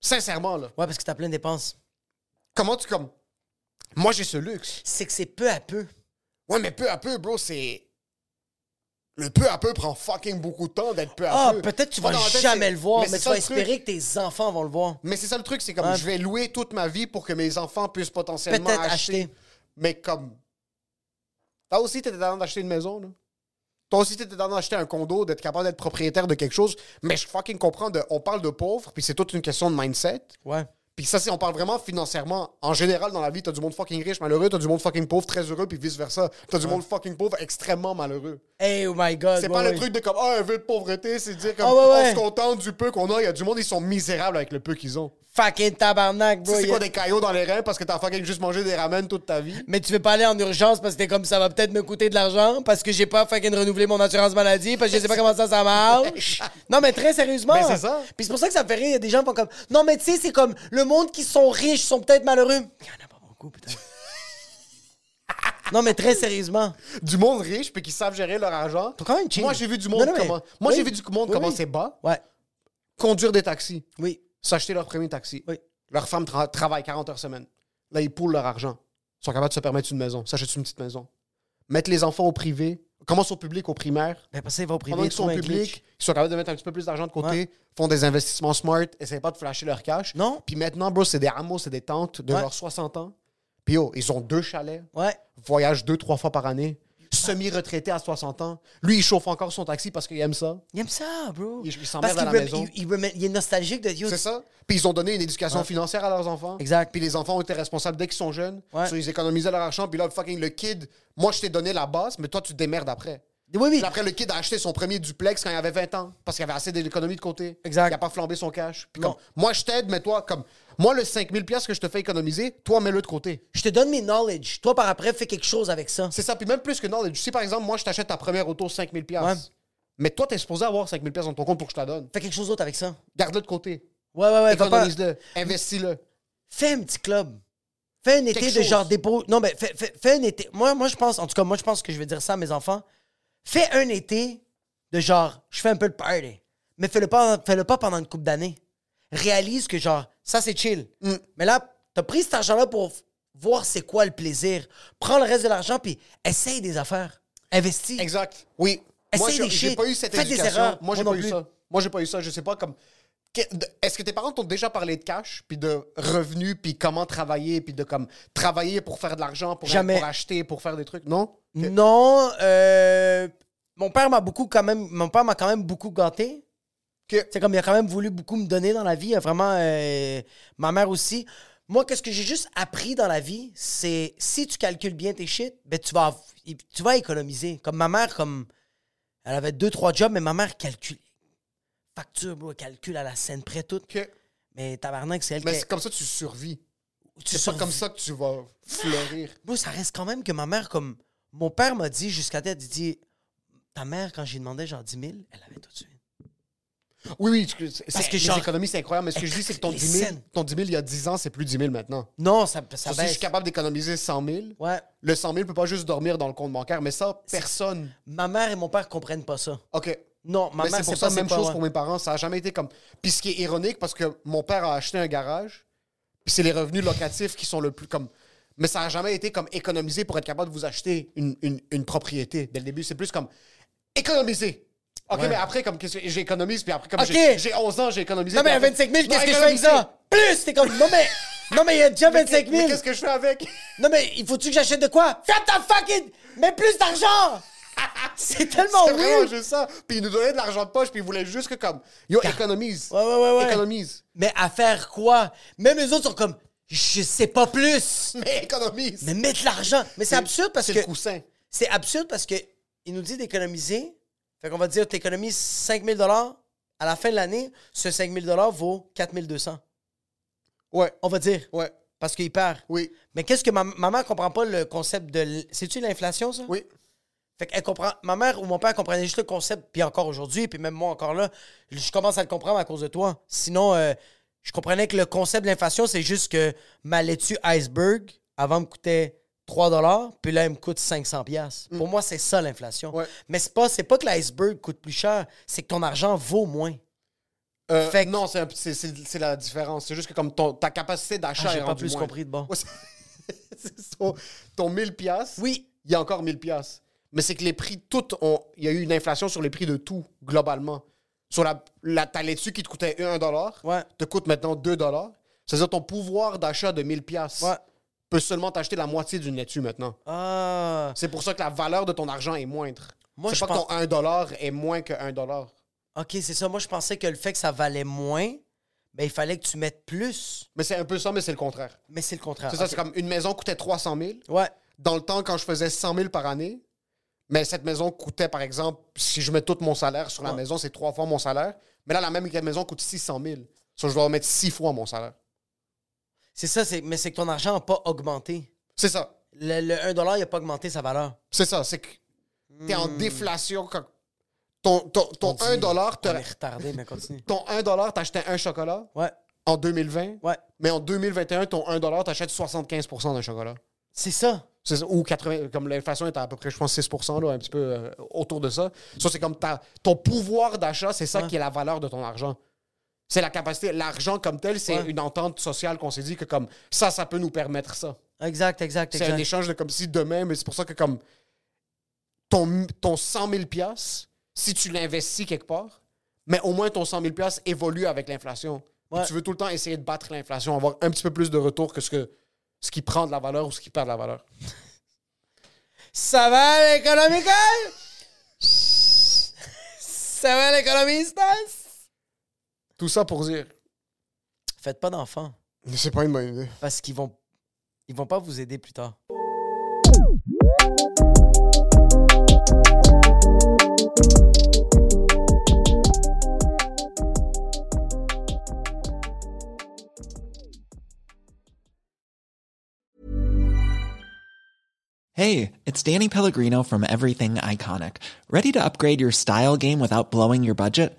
S3: Sincèrement, là.
S2: Ouais, parce que t'as plein de dépenses.
S3: Comment tu, comme. Moi, j'ai ce luxe.
S2: C'est que c'est peu à peu.
S3: Ouais, mais peu à peu, bro, c'est. Le peu à peu prend fucking beaucoup de temps d'être peu à
S2: Ah,
S3: peu.
S2: peut-être tu
S3: Moi,
S2: vas
S3: dans ma tête,
S2: jamais
S3: c'est-
S2: le voir, mais,
S3: c'est
S2: tu
S3: ça
S2: vas
S3: le truc.
S2: espérer que tes enfants vont le voir.
S3: Mais c'est ça le truc, c'est comme
S2: Ouais.
S3: je vais louer toute ma vie pour que mes enfants puissent potentiellement
S2: Peut-être
S3: acheter.
S2: acheter.
S3: Mais comme. Toi aussi, t'étais dans d'acheter une maison, là. Toi aussi, t'étais dans d'acheter un condo, d'être capable d'être propriétaire de quelque chose. Mais je fucking comprends, de, on parle de pauvres, puis c'est toute une question de mindset.
S2: Ouais.
S3: Puis ça, c'est, on parle vraiment financièrement. En général, dans la vie, t'as du monde fucking riche, malheureux, t'as du monde fucking pauvre, très heureux, puis vice-versa. T'as du monde fucking pauvre, extrêmement malheureux.
S2: Hey, oh my God.
S3: C'est
S2: ouais,
S3: pas
S2: ouais.
S3: le truc de comme, ah, un vœu de pauvreté, c'est de dire comme,
S2: Ah, ouais, ouais.
S3: on se contente du peu qu'on a. Il y a du monde, ils sont misérables avec le peu qu'ils ont.
S2: Fucking tabarnak,
S3: Tu
S2: bro.
S3: sais, c'est
S2: Il y a-
S3: quoi des caillots dans les reins parce que t'as fucking juste mangé des ramen toute ta vie?
S2: Mais tu veux pas aller en urgence parce que t'es comme ça va peut-être me coûter de l'argent parce que j'ai pas fucking renouvelé mon assurance maladie parce que je sais pas comment ça ça marche. Non mais très sérieusement.
S3: Mais Ben, c'est ça.
S2: Puis c'est pour ça que ça me fait rire, il y a des gens qui font comme non mais tu sais c'est comme le monde qui sont riches sont peut-être malheureux. Il y en a pas beaucoup putain. non mais très sérieusement.
S3: Du monde riche, puis qui savent gérer leur argent.
S2: Faut quand même chill.
S3: Moi, j'ai vu du monde
S2: Non, non, mais-
S3: comment. Moi,
S2: oui.
S3: j'ai vu du monde
S2: Oui,
S3: comment
S2: oui.
S3: c'est bas.
S2: Ouais.
S3: Conduire des taxis,
S2: Oui.
S3: s'acheter leur premier taxi.
S2: Oui.
S3: Leur femme tra- travaille 40 heures semaine. Là, ils poulent leur argent. Ils sont capables de se permettre une maison. S'achètent une petite maison. Mettre les enfants au privé. Commence au public, au primaire.
S2: Mais Ben, parce qu'ils vont priver
S3: Pendant qu'ils sont
S2: trouvent un
S3: publics,
S2: glitch.
S3: ils sont capables de mettre un petit peu plus d'argent de côté,
S2: Ouais.
S3: font des investissements smart, essayent pas de flasher leur cash.
S2: Non.
S3: Puis maintenant, bro, c'est des hameaux, c'est des tentes de
S2: Ouais.
S3: leurs 60 ans. Puis yo, ils ont deux chalets,
S2: Ouais.
S3: voyagent deux, trois fois par année, semi-retraité à 60 ans. Lui, il chauffe encore son taxi parce qu'il aime ça.
S2: Il aime ça, bro.
S3: Il- il
S2: parce
S3: s'emmerde à
S2: qu'il rem-
S3: la maison.
S2: il- il remet- il est nostalgique de you.
S3: C'est ça. Puis ils ont donné une éducation financière à leurs enfants.
S2: Exact.
S3: Puis les enfants ont été responsables dès qu'ils sont jeunes.
S2: Ouais.
S3: So, ils économisaient leur argent. Puis là, fucking, le kid, moi, je t'ai donné la base, mais toi, tu te démerdes après.
S2: Oui, oui.
S3: Puis après, le kid a acheté son premier duplex quand il avait 20 ans parce qu'il avait assez d'économie de côté.
S2: Exact.
S3: Il a pas flambé son cash. Puis
S2: Non.
S3: comme, moi, je t'aide, mais toi, comme, moi, le 5000 pièces que je te fais économiser, toi, mets-le de côté.
S2: Je te donne mes knowledge. Toi par après fais quelque chose avec ça.
S3: C'est ça. Puis même plus que non, si par exemple, moi, je t'achète ta première auto 5000 pièces
S2: Ouais.
S3: mais toi, t'es supposé avoir 5000 pièces dans ton compte pour que je te la donne.
S2: Fais quelque chose d'autre avec ça.
S3: Garde-le de côté.
S2: Ouais, ouais, ouais. va pas-
S3: Économise-le. Investis-le.
S2: fais un petit club. Fais un été
S3: Quelque
S2: de
S3: chose.
S2: genre dépôt. Non, mais fais, fais- fais un été. Moi, moi, je pense, en tout cas, moi, je pense que je vais dire ça à mes enfants. Fais un été de genre, je fais un peu de party. Mais fais-le pas, fais-le pas pendant une couple d'années. Réalise que genre, ça, c'est chill.
S3: Mm.
S2: Mais là, t'as pris cet argent-là pour f- voir c'est quoi le plaisir. Prends le reste de l'argent, puis essaye des affaires. Investis.
S3: Exact. Oui.
S2: Essaye
S3: moi, j'ai-
S2: des
S3: j'ai
S2: shit.
S3: pas eu cette
S2: Fais des
S3: éducation.
S2: erreurs.
S3: Moi, j'ai
S2: Moi
S3: pas
S2: non plus.
S3: eu ça. Moi, j'ai pas eu ça. Je sais pas comme. que- de- Est-ce que tes parents t'ont déjà parlé de cash, puis de revenus, puis comment travailler, puis de comme travailler pour faire de l'argent, pour,
S2: Jamais.
S3: pour acheter, pour faire des trucs, non?
S2: Non, euh, mon père m'a beaucoup quand même, mon père m'a quand même beaucoup gâté.
S3: Que-
S2: C'est comme il a quand même voulu beaucoup me donner dans la vie, hein, vraiment. euh, ma mère aussi. Moi, qu'est-ce que j'ai juste appris dans la vie, c'est si tu calcules bien tes shit, ben tu vas, av- tu vas économiser. Comme ma mère, comme elle avait deux trois jobs, mais ma mère calcule, facture, bro, elle calcule à la scène près tout.
S3: Que-
S2: Mais tabarnak, c'est elle
S3: Mais
S2: qui.
S3: c'est comme ça que tu survis.
S2: tu
S3: C'est
S2: sors-
S3: pas comme ça que tu vas fleurir.
S2: Moi, ça reste quand même que ma mère, comme. Mon père m'a dit jusqu'à tête, il dit Ta mère, quand j'ai demandé genre 10 000, elle avait tout de suite.
S3: Oui, oui, tu- c'est-
S2: Parce
S3: c'est-
S2: que
S3: les
S2: genre-
S3: économies, c'est incroyable, mais ce que je dis, c'est que ton
S2: Les
S3: 10 000,
S2: scènes.
S3: ton 10 000, il y a 10 ans, c'est plus 10 000 maintenant.
S2: Non, ça, ça
S3: Ça si je suis
S2: baisse.
S3: capable d'économiser 100 000,
S2: Ouais.
S3: le 100 000 peut pas juste dormir dans le compte bancaire, mais ça, personne.
S2: Ma mère et mon père comprennent pas ça.
S3: OK.
S2: Non, ma
S3: Mais
S2: mère,
S3: c'est pour
S2: pas
S3: ça, même
S2: pas,
S3: chose
S2: ouais.
S3: pour mes parents. Ça a jamais été comme. Puis ce qui est ironique, parce que mon père a acheté un garage, puis c'est les revenus locatifs qui sont le plus comme. Mais ça a jamais été comme économiser pour être capable de vous acheter une, une- une propriété dès le début. C'est plus comme économiser. OK, mais après, comme qu'est-ce que j'économise, puis après, comme
S2: OK.
S3: j'ai- j'ai 11 ans, j'ai économisé.
S2: Non, mais
S3: puis
S2: à
S3: après-
S2: 25 000,
S3: Non,
S2: qu'est-ce que je fais avec
S3: économiser.
S2: ça Plus T'es comme. Non, mais. Non, mais il y a déjà 25
S3: Mais
S2: 000.
S3: qu'est-ce que je fais avec?
S2: Non, mais il faut-tu que j'achète de quoi Fais ta fucking. Mais plus d'argent C'est tellement
S3: C'est vraiment
S2: weird.
S3: juste ça. Puis il nous donnait de l'argent de poche, puis il voulait juste que comme. Yo, économise.
S2: Ouais, ouais, ouais, ouais.
S3: Économise.
S2: Mais à faire quoi Même les autres sont comme. Je sais pas plus.
S3: Mais économise.
S2: Mais mettre l'argent. Mais c'est absurde parce
S3: Hmm. C'est
S2: que.
S3: le coussin.
S2: C'est absurde parce que il nous dit d'économiser. Fait qu'on va dire, tu économises 5 000 À la fin de l'année, ce 5 000 vaut 4 200.
S3: Ouais.
S2: On va dire.
S3: Ouais.
S2: Parce qu'il perd.
S3: Oui.
S2: Mais qu'est-ce que ma, ma mère comprend pas le concept de. l- C'est-tu l'inflation, ça?
S3: Oui.
S2: Fait qu'elle comprend. Ma mère ou mon père comprenait juste le concept, puis encore aujourd'hui, puis même moi encore là, je commence à le comprendre à cause de toi. Sinon, euh, je comprenais que le concept de l'inflation, c'est juste que ma laitue iceberg, avant me coûtait 3 puis là, elle me coûte 500 pièces. Pour moi, c'est ça l'inflation.
S3: Mm. Ouais.
S2: Mais c'est pas, c'est pas que l'iceberg coûte plus cher, c'est que ton argent vaut moins. Ah,
S3: Euh,
S2: Fait que-
S3: Non, c'est un p- c'est- c'est- c'est la différence. C'est juste que comme ton, ta capacité d'achat
S2: Ah, j'ai
S3: est
S2: pas
S3: rendue
S2: plus
S3: moins.
S2: compris de bon.
S3: Ouais, c'est- c'est ton, ton 1000 piastres,
S2: Oui.
S3: il y a encore 1000 piastres. Mais c'est que les prix, toutes ont... Il y a eu une inflation sur les prix de tout, globalement. Sur la, la ta laitue qui te coûtait 1 dollar,
S2: Ouais.
S3: te coûte maintenant 2 dollars. C'est-à-dire ton pouvoir d'achat de 1000 piastres
S2: Ouais.
S3: peut seulement t'acheter la moitié d'une laitue maintenant.
S2: Ah.
S3: C'est pour ça que la valeur de ton argent est moindre.
S2: Moi,
S3: C'est
S2: je
S3: pas
S2: pense-
S3: que ton 1 dollar est moins que 1 dollar.
S2: OK, c'est ça. Moi, je pensais que le fait que ça valait moins, ben, il fallait que tu mettes plus.
S3: Mais c'est un peu ça, mais c'est le contraire.
S2: Mais c'est le contraire.
S3: C'est ça,
S2: Ah, Ok.
S3: c'est comme une maison coûtait 300 000.
S2: Ouais.
S3: Dans le temps, quand je faisais 100 000 par année, Mais cette maison coûtait, par exemple, si je mets tout mon salaire sur la maison, c'est trois fois mon salaire. Mais là, la même maison coûte 600 000. Ça, je dois mettre six fois mon salaire.
S2: C'est ça, c'est- mais c'est que ton argent n'a pas augmenté.
S3: C'est ça.
S2: Le, le 1$, il n'a pas augmenté sa valeur.
S3: C'est ça. C'est que t'es en déflation. quand- Ton, ton, ton
S2: Hmm. On dit-
S3: 1 dollar,
S2: On
S3: t'aurais-
S2: est retardé, mais continue.
S3: ton 1 t'achetais un chocolat
S2: Ouais,
S3: en 2020.
S2: ouais.
S3: Mais en 2021, ton 1 t'achètes 75 d'un chocolat.
S2: C'est ça.
S3: C'est ça, ou 80, comme l'inflation est à, à peu près, je pense, 6 là, un petit peu euh, autour de ça. Ça, c'est comme ta, ton pouvoir d'achat, c'est ça
S2: Ouais.
S3: qui est la valeur de ton argent. C'est la capacité. L'argent comme tel, c'est
S2: Ouais.
S3: une entente sociale qu'on s'est dit que comme ça, ça peut nous permettre ça.
S2: Exact, exact,
S3: C'est un
S2: exact.
S3: échange de comme si demain, mais c'est pour ça que comme ton, ton 100 000 piastres, si tu l'investis quelque part, mais au moins ton 100 000 piastres évolue avec l'inflation. Puis
S2: Ouais.
S3: Tu veux tout le temps essayer de battre l'inflation, avoir un petit peu plus de retour que ce, que ce qui prend de la valeur ou ce qui perd de la valeur.
S2: Ça va, l'économical? Ça va, l'économistas?
S3: Tout ça pour dire.
S2: Faites pas d'enfants,
S3: C'est pas une bonne idée.
S2: parce qu'ils vont... Ils vont pas vous aider plus tard.
S6: Hey, it's Danny Pellegrino from Everything Iconic. Ready to upgrade your style game without blowing your budget?